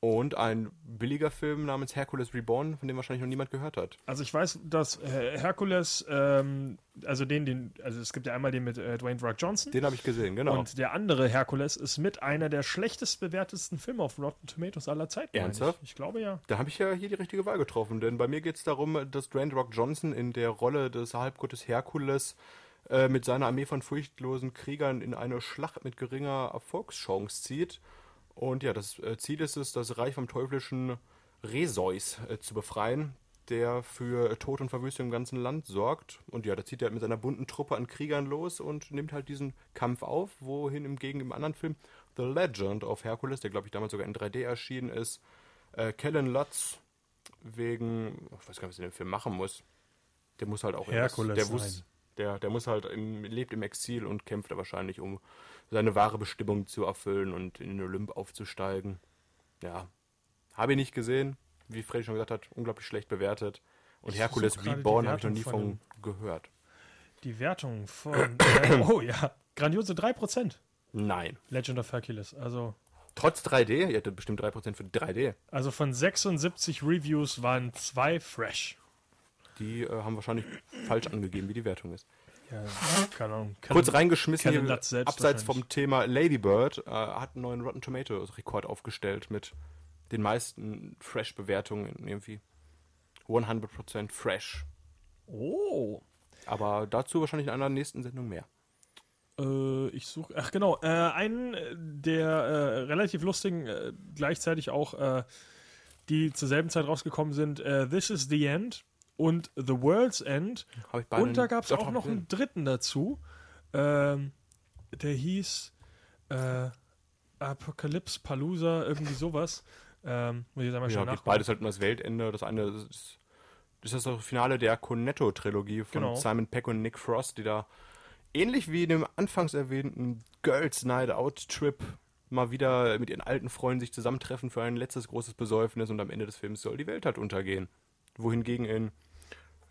Speaker 6: Und ein billiger Film namens Hercules Reborn, von dem wahrscheinlich noch niemand gehört hat.
Speaker 5: Also ich weiß, dass äh, Hercules, ähm, also den, den, also es gibt ja einmal den mit äh, Dwayne Rock Johnson.
Speaker 6: Den habe ich gesehen, genau.
Speaker 5: Und der andere Herkules ist mit einer der schlechtest bewertesten Filme auf Rotten Tomatoes aller Zeiten. meine
Speaker 6: Ernsthaft?
Speaker 5: Ich. ich glaube ja.
Speaker 6: da habe ich ja hier die richtige Wahl getroffen, denn bei mir geht es darum, dass Dwayne Rock Johnson in der Rolle des Halbgottes Herkules äh, mit seiner Armee von furchtlosen Kriegern in eine Schlacht mit geringer Erfolgschance zieht. Und ja, das äh, Ziel ist es, das Reich vom teuflischen Reseus äh, zu befreien, der für Tod und Verwüstung im ganzen Land sorgt. Und ja, da zieht er halt mit seiner bunten Truppe an Kriegern los und nimmt halt diesen Kampf auf, wohin hingegen im anderen Film The Legend of Hercules, der glaube ich damals sogar in 3D erschienen ist, äh, Kellen Lutz wegen, ich weiß gar nicht, was er den Film machen muss. Der muss halt auch
Speaker 5: Herkules
Speaker 6: der,
Speaker 5: sein.
Speaker 6: muss, der, der muss halt im, lebt im Exil und kämpft da wahrscheinlich, um seine wahre Bestimmung zu erfüllen und in den Olymp aufzusteigen. Ja, habe ich nicht gesehen. Wie Freddy schon gesagt hat, unglaublich schlecht bewertet. Und
Speaker 5: Ich
Speaker 6: Hercules
Speaker 5: versuch gerade die
Speaker 6: Reborn habe ich noch nie
Speaker 5: Wertung
Speaker 6: von
Speaker 5: von
Speaker 6: gehört.
Speaker 5: Die Wertung von, äh, oh ja, grandiose 3%.
Speaker 6: Nein.
Speaker 5: Legend of Hercules. Also,
Speaker 6: Trotz 3D, ihr hattet bestimmt 3% für 3D.
Speaker 5: also von 76 Reviews waren zwei fresh.
Speaker 6: Die äh, haben wahrscheinlich falsch angegeben, wie die Wertung ist.
Speaker 5: Ja, keine Ahnung. Kann-
Speaker 6: Kurz reingeschmissen
Speaker 5: Kevin
Speaker 6: hier,
Speaker 5: Lutz selbst
Speaker 6: abseits vom
Speaker 5: wahrscheinlich.
Speaker 6: Thema Ladybird, äh, hat einen neuen Rotten Tomatoes Rekord aufgestellt mit den meisten Fresh-Bewertungen irgendwie. 100% Fresh.
Speaker 5: Oh.
Speaker 6: Aber dazu wahrscheinlich in einer nächsten Sendung mehr.
Speaker 5: Äh, ich suche, ach genau, äh, einen äh, der äh, relativ lustigen, äh, gleichzeitig auch, äh, die zur selben Zeit rausgekommen sind, äh, This is the End und The World's End.
Speaker 6: Hab ich beide
Speaker 5: Und da gab es
Speaker 6: doch,
Speaker 5: auch
Speaker 6: hab
Speaker 5: noch
Speaker 6: ich gesehen.
Speaker 5: einen dritten dazu, ähm, der hieß äh, Apocalypse Palooza, irgendwie sowas. Ähm, muss ich jetzt einmal schnell
Speaker 6: Ja, geht
Speaker 5: nachgucken.
Speaker 6: beides halt um das Weltende. Das eine ist, ist das das Finale der Cornetto-Trilogie von
Speaker 5: Genau.
Speaker 6: Simon Peck und Nick Frost, die da ähnlich wie in dem anfangs erwähnten Girls Night Out Trip mal wieder mit ihren alten Freunden sich zusammentreffen für ein letztes großes Besäufnis und am Ende des Films soll die Welt halt untergehen. Wohingegen in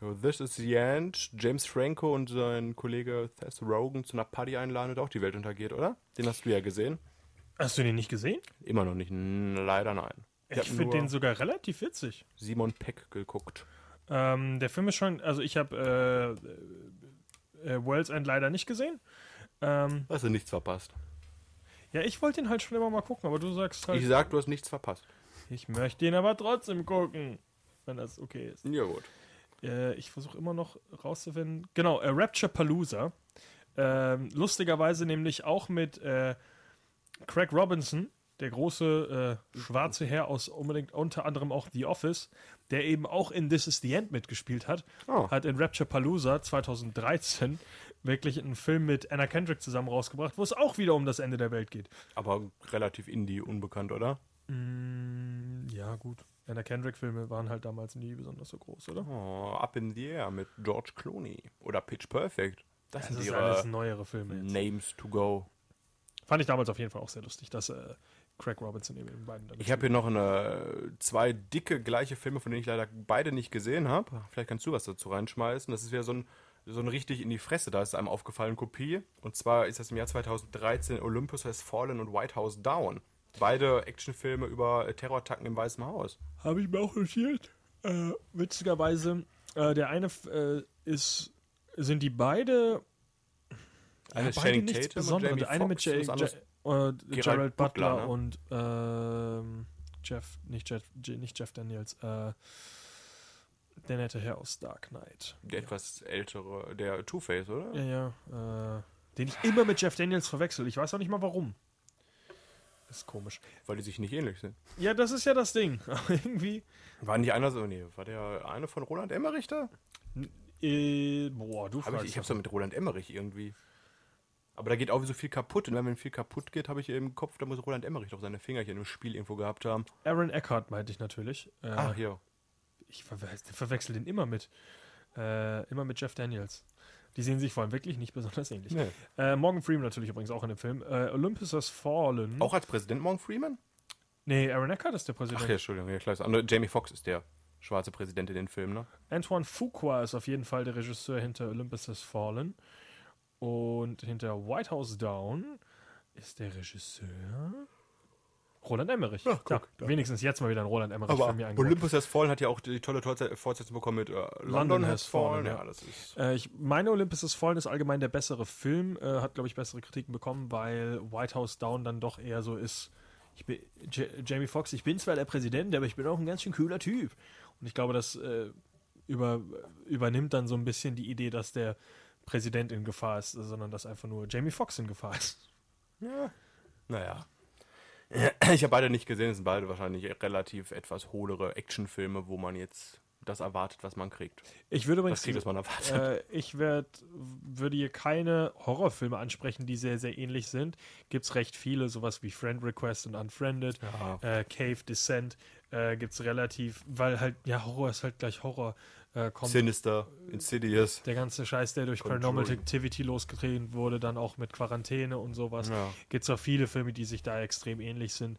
Speaker 6: oh, This is the End James Franco und sein Kollege Seth Rogen zu einer Party einladen und auch die Welt untergeht, oder? Den hast du ja gesehen.
Speaker 5: Hast du den nicht gesehen?
Speaker 6: Immer noch nicht. N- Leider nein.
Speaker 5: Ich
Speaker 6: hab nur
Speaker 5: finde den sogar relativ witzig.
Speaker 6: Simon Peck geguckt.
Speaker 5: Ähm, der Film ist schon, also ich habe äh, äh, World's End leider nicht gesehen. Ähm,
Speaker 6: Hast du nichts verpasst?
Speaker 5: ja, ich wollte ihn halt schon immer mal gucken, aber du sagst halt,
Speaker 6: Ich sag, du hast nichts verpasst.
Speaker 5: ich möchte ihn aber trotzdem gucken, wenn das okay ist.
Speaker 6: Ja, gut.
Speaker 5: Äh, ich versuche immer noch rauszufinden. Genau, äh, Rapture Palooza. Ähm, lustigerweise nämlich auch mit äh, Craig Robinson, der große äh, schwarze Herr aus unbedingt unter anderem auch The Office, der eben auch in This Is the End mitgespielt hat,
Speaker 6: Oh.
Speaker 5: hat in Rapture Palooza 2013 wirklich einen Film mit Anna Kendrick zusammen rausgebracht, wo es auch wieder um das Ende der Welt geht.
Speaker 6: Aber relativ indie, unbekannt, oder?
Speaker 5: Mm, Ja, gut. Anna Kendrick-Filme waren halt damals nie besonders so groß, oder?
Speaker 6: Oh, Up in the Air mit George Clooney. Oder Pitch Perfect. Das,
Speaker 5: Das
Speaker 6: sind
Speaker 5: ist
Speaker 6: ihre
Speaker 5: alles neuere Filme jetzt.
Speaker 6: Names to go.
Speaker 5: Fand ich damals auf jeden Fall auch sehr lustig, dass äh, Craig Robinson eben in beiden dann
Speaker 6: Ich habe hier noch eine, äh, zwei dicke gleiche Filme, von denen ich leider beide nicht gesehen habe. Vielleicht kannst du was dazu reinschmeißen. Das ist wieder so ein, so ein richtig in die Fresse, da ist einem aufgefallen Kopie. Und zwar ist das im Jahr 2013 Olympus Has Fallen und White House Down. Beide Actionfilme über äh, Terrorattacken im Weißen Haus.
Speaker 5: Habe ich mir auch notiert. Äh, witzigerweise, äh, der eine f- äh, ist, sind die beide,
Speaker 6: Eine
Speaker 5: ja, beide nichts Besonderes.
Speaker 6: Jamie
Speaker 5: der eine mit
Speaker 6: Foxx und
Speaker 5: Jay,
Speaker 6: das andere ist-
Speaker 5: Ja- äh, Gerald Butler
Speaker 6: Butler, ne?
Speaker 5: und ähm, Jeff, nicht Jeff, J- nicht Jeff Daniels, äh, der nette Herr aus Dark Knight.
Speaker 6: der etwas ältere, der Two-Face, oder?
Speaker 5: Ja, ja. Äh, den ich immer mit Jeff Daniels verwechsel. Ich weiß auch nicht mal warum. Ist komisch.
Speaker 6: Weil die sich nicht ähnlich sind.
Speaker 5: Ja, das ist ja das Ding. Aber irgendwie.
Speaker 6: War nicht einer so, nee, war der eine von Roland Emmerich da?
Speaker 5: Äh, boah, du
Speaker 6: Hab ich,
Speaker 5: fragst.
Speaker 6: ich hab's doch mit Roland Emmerich irgendwie. Aber da geht auch so viel kaputt. Und wenn viel kaputt geht, habe ich im Kopf, da muss Roland Emmerich doch seine Fingerchen im Spiel irgendwo gehabt haben.
Speaker 5: Aaron Eckhart meinte ich natürlich. Äh,
Speaker 6: Ach, Ah, hier.
Speaker 5: Ich verwe verwechsel den immer mit. Äh, immer mit Jeff Daniels. Die sehen sich vor allem wirklich nicht besonders ähnlich.
Speaker 6: Nee.
Speaker 5: Äh, Morgan Freeman natürlich übrigens auch in dem Film. Äh, Olympus Has Fallen.
Speaker 6: Auch als Präsident Morgan Freeman?
Speaker 5: Nee, Aaron Eckhart ist der
Speaker 6: Ach
Speaker 5: Präsident.
Speaker 6: ja, Entschuldigung, ja klar. Das andere, Jamie Foxx ist der schwarze Präsident in den Film, ne?
Speaker 5: Antoine Fuqua ist auf jeden Fall der Regisseur hinter Olympus Has Fallen. Und hinter White House Down ist der Regisseur Roland Emmerich.
Speaker 6: Ja, guck, da.
Speaker 5: wenigstens jetzt mal wieder ein Roland Emmerich
Speaker 6: Aber
Speaker 5: bei mir angekommen.
Speaker 6: Olympus Has Fallen hat ja auch die tolle Torze- Fortsetzung bekommen mit äh, London, Has, Fallen. Ja, das ist
Speaker 5: Äh, ich meine, Olympus is Fallen ist allgemein der bessere Film, äh, hat, glaube ich, bessere Kritiken bekommen, weil White House Down dann doch eher so ist. Ich bin, J Jamie Foxx, ich bin zwar der Präsident, aber ich bin auch ein ganz schön kühler Typ. Und ich glaube, das äh, über, übernimmt dann so ein bisschen die Idee, dass der Präsident in Gefahr ist, sondern dass einfach nur Jamie Foxx in Gefahr ist.
Speaker 6: Naja. Ich habe beide nicht gesehen. Es sind beide wahrscheinlich relativ etwas hohlere Actionfilme, wo man jetzt das erwartet, was man kriegt.
Speaker 5: Ich würde übrigens.
Speaker 6: Das kriegt, was man erwartet.
Speaker 5: Äh, ich werd, würde hier keine Horrorfilme ansprechen, die sehr, sehr ähnlich sind. Gibt es recht viele, sowas wie Friend Request und Unfriended, äh, Cave Descent. Äh, Gibt es relativ, weil halt, ja, Horror ist halt gleich Horror. Äh, kommt
Speaker 6: Sinister, Insidious.
Speaker 5: der ganze Scheiß, der durch
Speaker 6: Conjuring.
Speaker 5: Paranormal Activity losgetreten wurde, dann auch mit Quarantäne und sowas.
Speaker 6: Ja.
Speaker 5: Gibt es auch viele Filme, die sich da extrem ähnlich sind.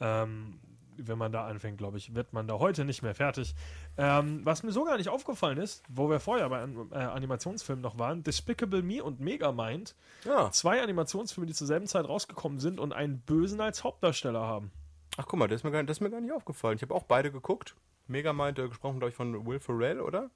Speaker 5: Ähm, wenn man da anfängt, glaube ich, wird man da heute nicht mehr fertig. Ähm, was mir so gar nicht aufgefallen ist, wo wir vorher bei An äh, Animationsfilmen noch waren, Despicable Me und Megamind.
Speaker 6: Ja.
Speaker 5: Zwei Animationsfilme, die zur selben Zeit rausgekommen sind und einen Bösen als Hauptdarsteller haben.
Speaker 6: Ach guck mal, das ist mir gar, das ist mir gar nicht aufgefallen. Ich habe auch beide geguckt. Mega meinte, gesprochen glaube ich von Will Ferrell, oder?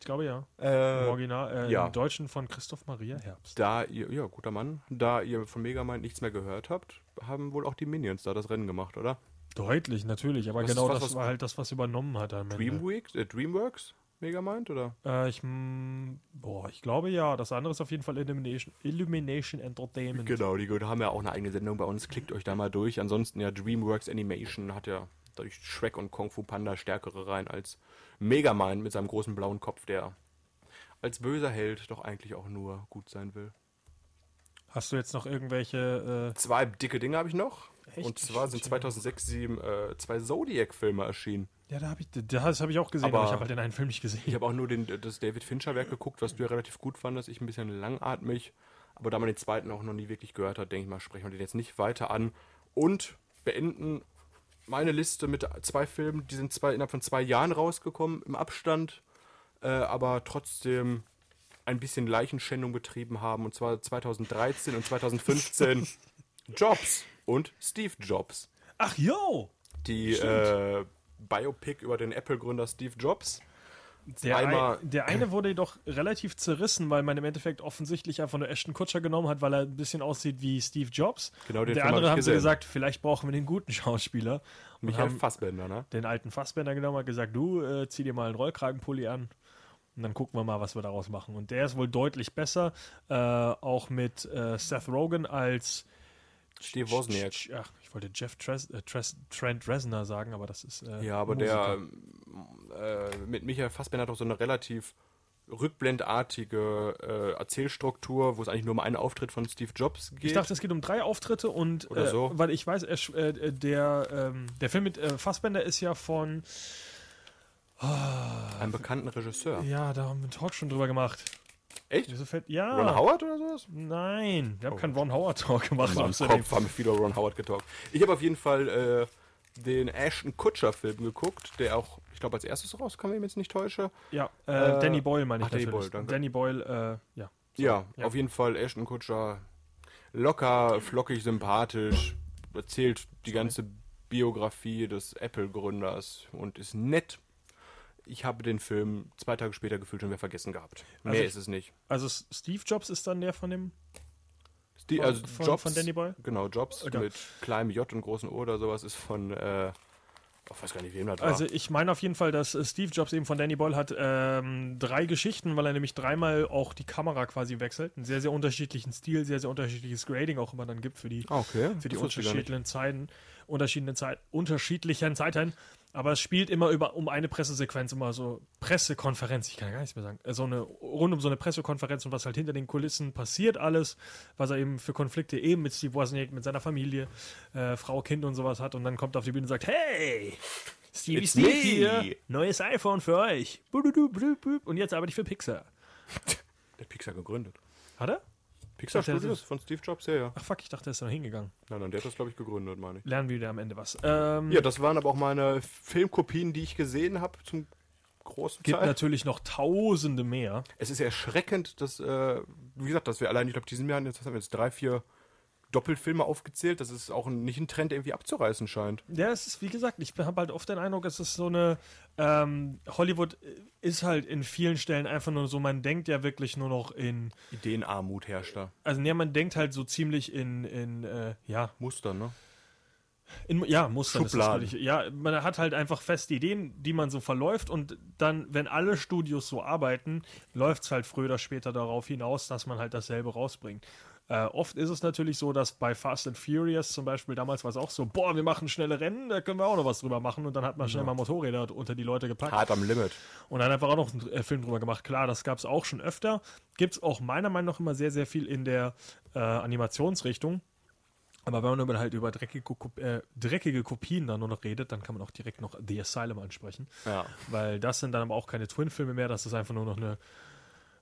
Speaker 5: Ich glaube ja. Im
Speaker 6: Äh,
Speaker 5: Original, äh,
Speaker 6: ja.
Speaker 5: im Deutschen von Christoph Maria Herbst.
Speaker 6: da ihr, ja, guter Mann, da ihr von Megamind nichts mehr gehört habt, haben wohl auch die Minions da das Rennen gemacht, oder?
Speaker 5: Deutlich, natürlich, aber
Speaker 6: Das ist
Speaker 5: genau
Speaker 6: was,
Speaker 5: das
Speaker 6: was-
Speaker 5: war halt das, was übernommen hat. am Ende.
Speaker 6: Dreamweek, äh, Dreamworks? Megamind, oder?
Speaker 5: Äh, ich, mm, boah, ich glaube ja. Das andere ist auf jeden Fall Illumination, Illumination Entertainment.
Speaker 6: Genau, die haben ja auch eine eigene Sendung bei uns. Klickt euch da mal durch. Ansonsten ja, Dreamworks Animation hat ja durch Shrek und Kung Fu Panda stärkere rein als Megamind mit seinem großen blauen Kopf, der als böser Held doch eigentlich auch nur gut sein will.
Speaker 5: Hast du jetzt noch irgendwelche? Äh,
Speaker 6: Zwei dicke Dinge habe ich noch.
Speaker 5: Echt?
Speaker 6: Und zwar sind 2006, 2007 äh, zwei Zodiac-Filme erschienen.
Speaker 5: äh, ja, da habe ich, das habe ich auch gesehen, aber,
Speaker 6: Aber-
Speaker 5: ich habe halt den einen Film nicht gesehen.
Speaker 6: Ich habe auch nur den, das David Fincher-Werk geguckt, was du ja relativ gut fandest. Ich ein bisschen langatmig. Aber da man den zweiten auch noch nie wirklich gehört hat, denke ich mal, sprechen wir den jetzt nicht weiter an. Und beenden meine Liste mit zwei Filmen, die sind zwei, innerhalb von zwei Jahren rausgekommen, im Abstand. Äh, aber trotzdem ein bisschen Leichenschändung betrieben haben. Und zwar 2013 und 2015 Jobs und Steve Jobs
Speaker 5: Ach yo,
Speaker 6: die äh, Biopic über den Apple-Gründer Steve Jobs.
Speaker 5: der,
Speaker 6: Einmal-
Speaker 5: ein, der eine wurde jedoch relativ zerrissen, weil man im Endeffekt offensichtlich einfach nur Ashton Kutscher genommen hat, weil er ein bisschen aussieht wie Steve Jobs.
Speaker 6: Genau, den
Speaker 5: der
Speaker 6: Film hab
Speaker 5: andere
Speaker 6: ich
Speaker 5: haben sie
Speaker 6: gesehen.
Speaker 5: gesagt, vielleicht brauchen wir den guten Schauspieler. Und
Speaker 6: Michael
Speaker 5: haben-
Speaker 6: Fassbender, ne?
Speaker 5: den alten Fassbänder genommen, hat gesagt, du äh, zieh dir mal einen Rollkragenpulli an und dann gucken wir mal, was wir daraus machen. Und der ist wohl deutlich besser, äh, auch mit äh, Seth Rogen als
Speaker 6: Steve Wozniak.
Speaker 5: Ach, ich wollte Jeff Tres äh, Tres Trent Reznor sagen, aber das ist äh,
Speaker 6: Ja, aber
Speaker 5: Musiker.
Speaker 6: der äh, mit Michael Fassbender hat auch so eine relativ rückblendartige äh, Erzählstruktur, wo es eigentlich nur um einen Auftritt von Steve Jobs geht.
Speaker 5: ich dachte, es geht um drei Auftritte und
Speaker 6: Oder
Speaker 5: äh,
Speaker 6: so.
Speaker 5: weil ich weiß, er, sch- äh, äh, der ähm, der Film mit äh, Fassbender ist ja von
Speaker 6: einen bekannten Regisseur.
Speaker 5: ja, da haben wir einen Talk schon drüber gemacht.
Speaker 6: Echt?
Speaker 5: Wieso fällt ja
Speaker 6: Ron Howard oder sowas?
Speaker 5: Nein, wir haben keinen Ron Howard Talk gemacht.
Speaker 6: Mann,
Speaker 5: außerdem.
Speaker 6: Kopf haben viele Ron Howard getalkt. Ich habe auf jeden Fall äh, den Ashton Kutscher-Film geguckt, der auch, ich glaube, als erstes rauskam, wenn ich mich jetzt nicht täusche.
Speaker 5: Ja, äh,
Speaker 6: Äh,
Speaker 5: Danny Boyle meine ich
Speaker 6: ach, Danny
Speaker 5: natürlich.
Speaker 6: Boyle, danke.
Speaker 5: Danny Boyle, äh, ja.
Speaker 6: Ja,
Speaker 5: ja.
Speaker 6: auf jeden Fall Ashton Kutscher. Locker, flockig, sympathisch. Erzählt die ganze Biografie des Apple-Gründers und ist nett. Ich habe den Film zwei Tage später gefühlt schon wieder vergessen gehabt. Mehr
Speaker 5: ich-
Speaker 6: ist es nicht.
Speaker 5: Also S- Steve Jobs ist dann der von dem.
Speaker 6: Die,
Speaker 5: Von-
Speaker 6: also
Speaker 5: von-
Speaker 6: Jobs,
Speaker 5: von Danny Oh, Boy?
Speaker 6: Genau, Jobs
Speaker 5: Okay.
Speaker 6: mit kleinem J und großem O oder sowas ist von, äh, ich weiß gar nicht, wem das war.
Speaker 5: Also ich meine auf jeden Fall, dass äh, Steve Jobs eben von Danny Boyle hat ähm, drei Geschichten, weil er nämlich dreimal auch die Kamera quasi wechselt. Einen sehr, sehr unterschiedlichen Stil, sehr, sehr unterschiedliches Grading auch immer dann gibt für die,
Speaker 6: Ah, okay.
Speaker 5: für die
Speaker 6: Das wusste ich gar nicht.
Speaker 5: unterschiedlichen Zeiten, unterschiedlichen, Zeit, unterschiedlichen Zeiten. Aber es spielt immer über, um eine Pressesequenz, immer so Pressekonferenz, ich kann gar nichts mehr sagen, äh, so eine, rund um so eine Pressekonferenz und was halt hinter den Kulissen passiert alles, was er eben für Konflikte eben mit Steve Wozniak, mit seiner Familie, äh, Frau, Kind und sowas hat und dann kommt er auf die Bühne und sagt, hey, Stevie
Speaker 6: It's
Speaker 5: Steve
Speaker 6: me."
Speaker 5: hier, neues iPhone für euch. Bududu, blub, blub. Und jetzt arbeite ich für Pixar.
Speaker 6: Der hat Pixar gegründet.
Speaker 5: Hat er?
Speaker 6: Pixar
Speaker 5: Ach, der-
Speaker 6: Studios von Steve Jobs her, ja.
Speaker 5: Ach fuck, ich dachte, er ist da hingegangen.
Speaker 6: Nein, nein, der hat das, glaube ich, gegründet, meine ich.
Speaker 5: Lernen wir wieder am Ende was. Ähm,
Speaker 6: Ja, das waren aber auch meine Filmkopien, die ich gesehen habe, zum großen
Speaker 5: gibt
Speaker 6: Teil.
Speaker 5: natürlich noch tausende mehr.
Speaker 6: halt Es ist erschreckend, dass, äh, wie gesagt, dass wir allein, ich glaube, diesen Jahr, jetzt haben wir jetzt drei, vier Doppelfilme aufgezählt, dass es auch nicht ein Trend irgendwie abzureißen scheint.
Speaker 5: Ja, es ist, wie gesagt, ich habe halt oft den Eindruck, es ist so eine, ähm, Hollywood ist halt in vielen Stellen einfach nur so, man denkt ja wirklich nur noch in,
Speaker 6: Ideenarmut herrscht da.
Speaker 5: also nee, man denkt halt so ziemlich in, in äh, ja,
Speaker 6: Muster, ne?
Speaker 5: In, ja, Muster. das ist
Speaker 6: Schubladen.
Speaker 5: völlig- ja, man hat halt einfach feste Ideen, die man so verläuft und dann, wenn alle Studios so arbeiten, läuft es halt früher oder später darauf hinaus, dass man halt dasselbe rausbringt. Äh, oft ist es natürlich so, dass bei Fast and Furious zum Beispiel damals war es auch so, boah, wir machen schnelle Rennen, da können wir auch noch was drüber machen und dann hat man schnell mal Motorräder unter die Leute gepackt.
Speaker 6: Hart am Limit.
Speaker 5: Und dann einfach auch noch einen äh, Film drüber gemacht. Klar, das gab es auch schon öfter. Gibt es auch meiner Meinung nach immer sehr, sehr viel in der äh, Animationsrichtung. Aber wenn man über, halt über dreckige, Ko- äh, dreckige Kopien dann nur noch redet, dann kann man auch direkt noch The Asylum ansprechen.
Speaker 6: Ja.
Speaker 5: Weil das sind dann aber auch keine Twin-Filme mehr, das ist einfach nur noch eine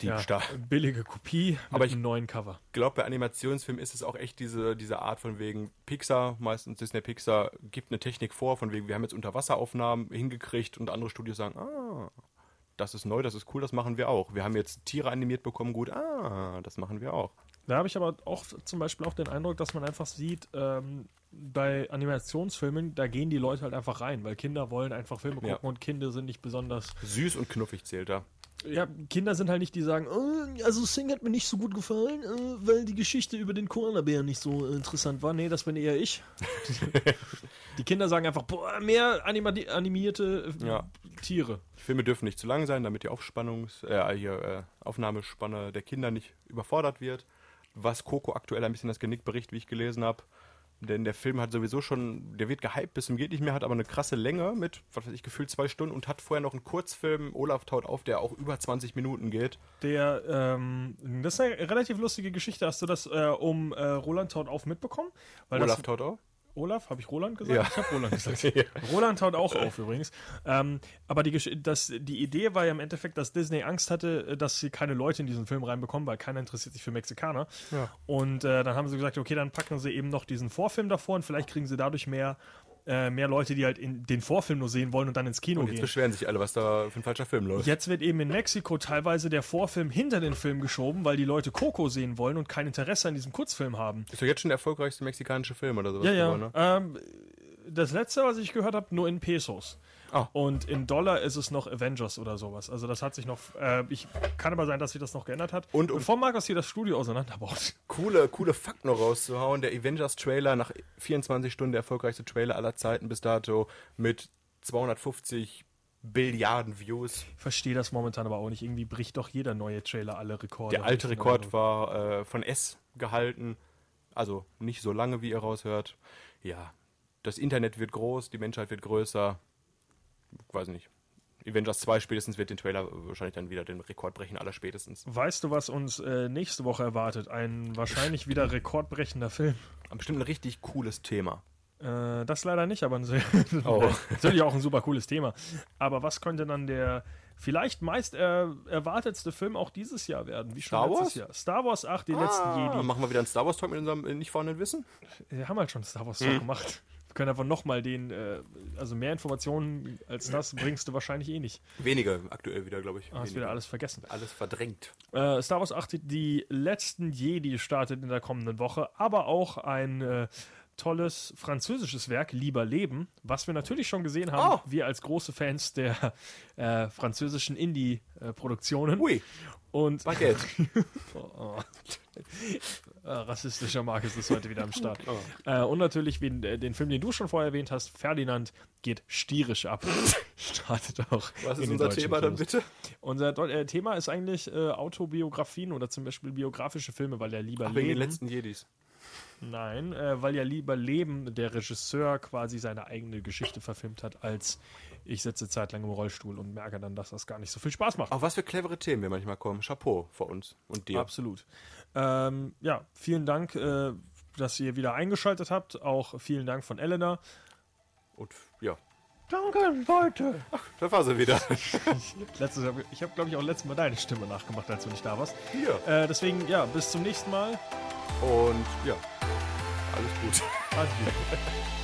Speaker 5: ja,
Speaker 6: Diebstahl.
Speaker 5: billige Kopie mit
Speaker 6: Aber ich-
Speaker 5: einem neuen Cover.
Speaker 6: glaube, bei Animationsfilmen ist es auch echt diese, diese Art von wegen Pixar, meistens Disney Pixar, gibt eine Technik vor, von wegen, wir haben jetzt Unterwasseraufnahmen hingekriegt und andere Studios sagen, ah, das ist neu, das ist cool, das machen wir auch. Wir haben jetzt Tiere animiert bekommen, gut, ah, das machen wir auch.
Speaker 5: Da habe ich aber auch zum Beispiel auch den Eindruck, dass man einfach sieht, ähm, bei Animationsfilmen, da gehen die Leute halt einfach rein, weil Kinder wollen einfach Filme gucken
Speaker 6: Ja.
Speaker 5: und Kinder sind nicht besonders
Speaker 6: Süß und knuffig zählt da.
Speaker 5: Ja, Kinder sind halt nicht, die sagen, "Oh, also Sing hat mir nicht so gut gefallen, äh, weil die Geschichte über den Koalabären nicht so äh, interessant war. Nee, das bin eher ich. die Kinder sagen einfach, boah, mehr anima animierte äh,
Speaker 6: Ja.
Speaker 5: Tiere.
Speaker 6: Filme dürfen nicht zu lang sein, damit die Aufspannungs-, äh, hier, äh, Aufnahmespanne der Kinder nicht überfordert wird. Was Coco aktuell ein bisschen das Genick bricht, wie ich gelesen habe. Denn der Film hat sowieso schon, der wird gehypt bis zum geht nicht mehr, hat aber eine krasse Länge mit, was weiß ich, gefühlt zwei Stunden und hat vorher noch einen Kurzfilm, Olaf taut auf, der auch über 20 Minuten geht.
Speaker 5: Der, ähm, das ist eine relativ lustige Geschichte. Hast du das äh, um äh, Roland Taut auf mitbekommen? Weil
Speaker 6: Olaf
Speaker 5: das, Oh
Speaker 6: taut auf?
Speaker 5: Olaf, habe ich Roland gesagt?
Speaker 6: Ja.
Speaker 5: Ich habe Roland gesagt. Roland haut auch auf übrigens. Ähm, aber die, Gesch- das, die Idee war ja im Endeffekt, dass Disney Angst hatte, äh, dass sie keine Leute in diesen Film reinbekommen, weil keiner interessiert sich für Mexikaner. Und äh, dann haben sie gesagt, okay, dann packen sie eben noch diesen Vorfilm davor und vielleicht kriegen sie dadurch mehr, äh, mehr Leute, die halt in, den Vorfilm nur sehen wollen und dann ins Kino
Speaker 6: Und Oh, jetzt
Speaker 5: gehen.
Speaker 6: beschweren sich alle, was da für ein falscher Film läuft.
Speaker 5: Jetzt wird eben in Mexiko teilweise der Vorfilm hinter den Film geschoben, weil die Leute Coco sehen wollen und kein Interesse an diesem Kurzfilm haben.
Speaker 6: Ist doch jetzt schon der erfolgreichste mexikanische Film oder sowas
Speaker 5: Ja, ja.
Speaker 6: geworden, ne?
Speaker 5: Ähm, das letzte, was ich gehört habe, nur in Pesos.
Speaker 6: Ah.
Speaker 5: Und in Dollar ist es noch Avengers oder sowas. Also das hat sich noch. Äh, ich kann aber sein, dass sich das noch geändert hat.
Speaker 6: Und- und-
Speaker 5: bevor Markus hier das Studio auseinanderbaut.
Speaker 6: coole, coole Fakt noch rauszuhauen. Der Avengers-Trailer nach 24 Stunden der erfolgreichste Trailer aller Zeiten bis dato mit 250 Billiarden Views.
Speaker 5: Ich verstehe das momentan aber auch nicht. Irgendwie bricht doch jeder neue Trailer alle Rekorde. Also,
Speaker 6: Der alte Rekord war äh, von S gehalten. Also nicht so lange, wie ihr raushört. Ja, das Internet wird groß, die Menschheit wird größer. Ich weiß nicht. Avengers 2 spätestens wird den Trailer wahrscheinlich dann wieder den Rekord brechen, aller spätestens.
Speaker 5: Weißt du, was uns äh, nächste Woche erwartet? Ein wahrscheinlich wieder rekordbrechender Film.
Speaker 6: Bestimmt ein richtig cooles Thema.
Speaker 5: Äh, das leider nicht, aber ein sehr,
Speaker 6: Oh.
Speaker 5: natürlich auch ein super cooles Thema. Aber was könnte dann der vielleicht meist äh, erwartetste Film auch dieses Jahr werden? Wie schon
Speaker 6: Star
Speaker 5: letztes
Speaker 6: Wars?
Speaker 5: Jahr. Star Wars 8, die letzten
Speaker 6: Ah,
Speaker 5: Jedi.
Speaker 6: machen wir wieder ein Star Wars Talk mit unserem äh, nicht vorhandenen Wissen?
Speaker 5: Wir haben halt schon Star Wars
Speaker 6: Hm.
Speaker 5: Talk gemacht. Wir können einfach nochmal den, äh, also mehr Informationen als das bringst du wahrscheinlich eh nicht.
Speaker 6: Wenige aktuell wieder, glaube ich.
Speaker 5: Du hast
Speaker 6: Wenige.
Speaker 5: Ah, wieder alles vergessen.
Speaker 6: alles verdrängt.
Speaker 5: Äh, Star Wars 8, die letzten Jedi startet in der kommenden Woche, aber auch ein äh, tolles französisches Werk, Lieber Leben, was wir natürlich schon gesehen haben,
Speaker 6: Oh.
Speaker 5: wir als große Fans der äh, französischen Indie-Produktionen.
Speaker 6: Ui,
Speaker 5: Und Oh,
Speaker 6: Baguette.
Speaker 5: äh, rassistischer Markus ist heute wieder am Start.
Speaker 6: Oh.
Speaker 5: Äh, und natürlich wen, äh, den Film, den du schon vorher erwähnt hast, Ferdinand geht stierisch ab. startet auch.
Speaker 6: Was
Speaker 5: in
Speaker 6: ist
Speaker 5: den
Speaker 6: unser
Speaker 5: deutschen
Speaker 6: Thema dann
Speaker 5: Kinos.
Speaker 6: bitte?
Speaker 5: Unser Deu- äh, Thema ist eigentlich äh, Autobiografien oder zum Beispiel biografische Filme, weil ja lieber
Speaker 6: Wegen den
Speaker 5: Leben.
Speaker 6: letzten Jedis.
Speaker 5: Nein, äh, weil ja lieber Leben der Regisseur quasi seine eigene Geschichte verfilmt hat, als ich sitze zeitlang im Rollstuhl und merke dann, dass das gar nicht so viel Spaß macht.
Speaker 6: Auf was für clevere Themen wir manchmal kommen. Chapeau vor uns und dir.
Speaker 5: Absolut. Ähm, ja, vielen Dank, äh, dass ihr wieder eingeschaltet habt. Auch vielen Dank von Elena.
Speaker 6: Und ja,
Speaker 5: Danke, Leute.
Speaker 6: da war sie wieder.
Speaker 5: Letztes, ich habe, glaube ich, auch letztes Mal deine Stimme nachgemacht, als du nicht da warst.
Speaker 6: Ja.
Speaker 5: Äh, deswegen, ja, bis zum nächsten Mal.
Speaker 6: Und ja, alles gut.
Speaker 5: Adieu.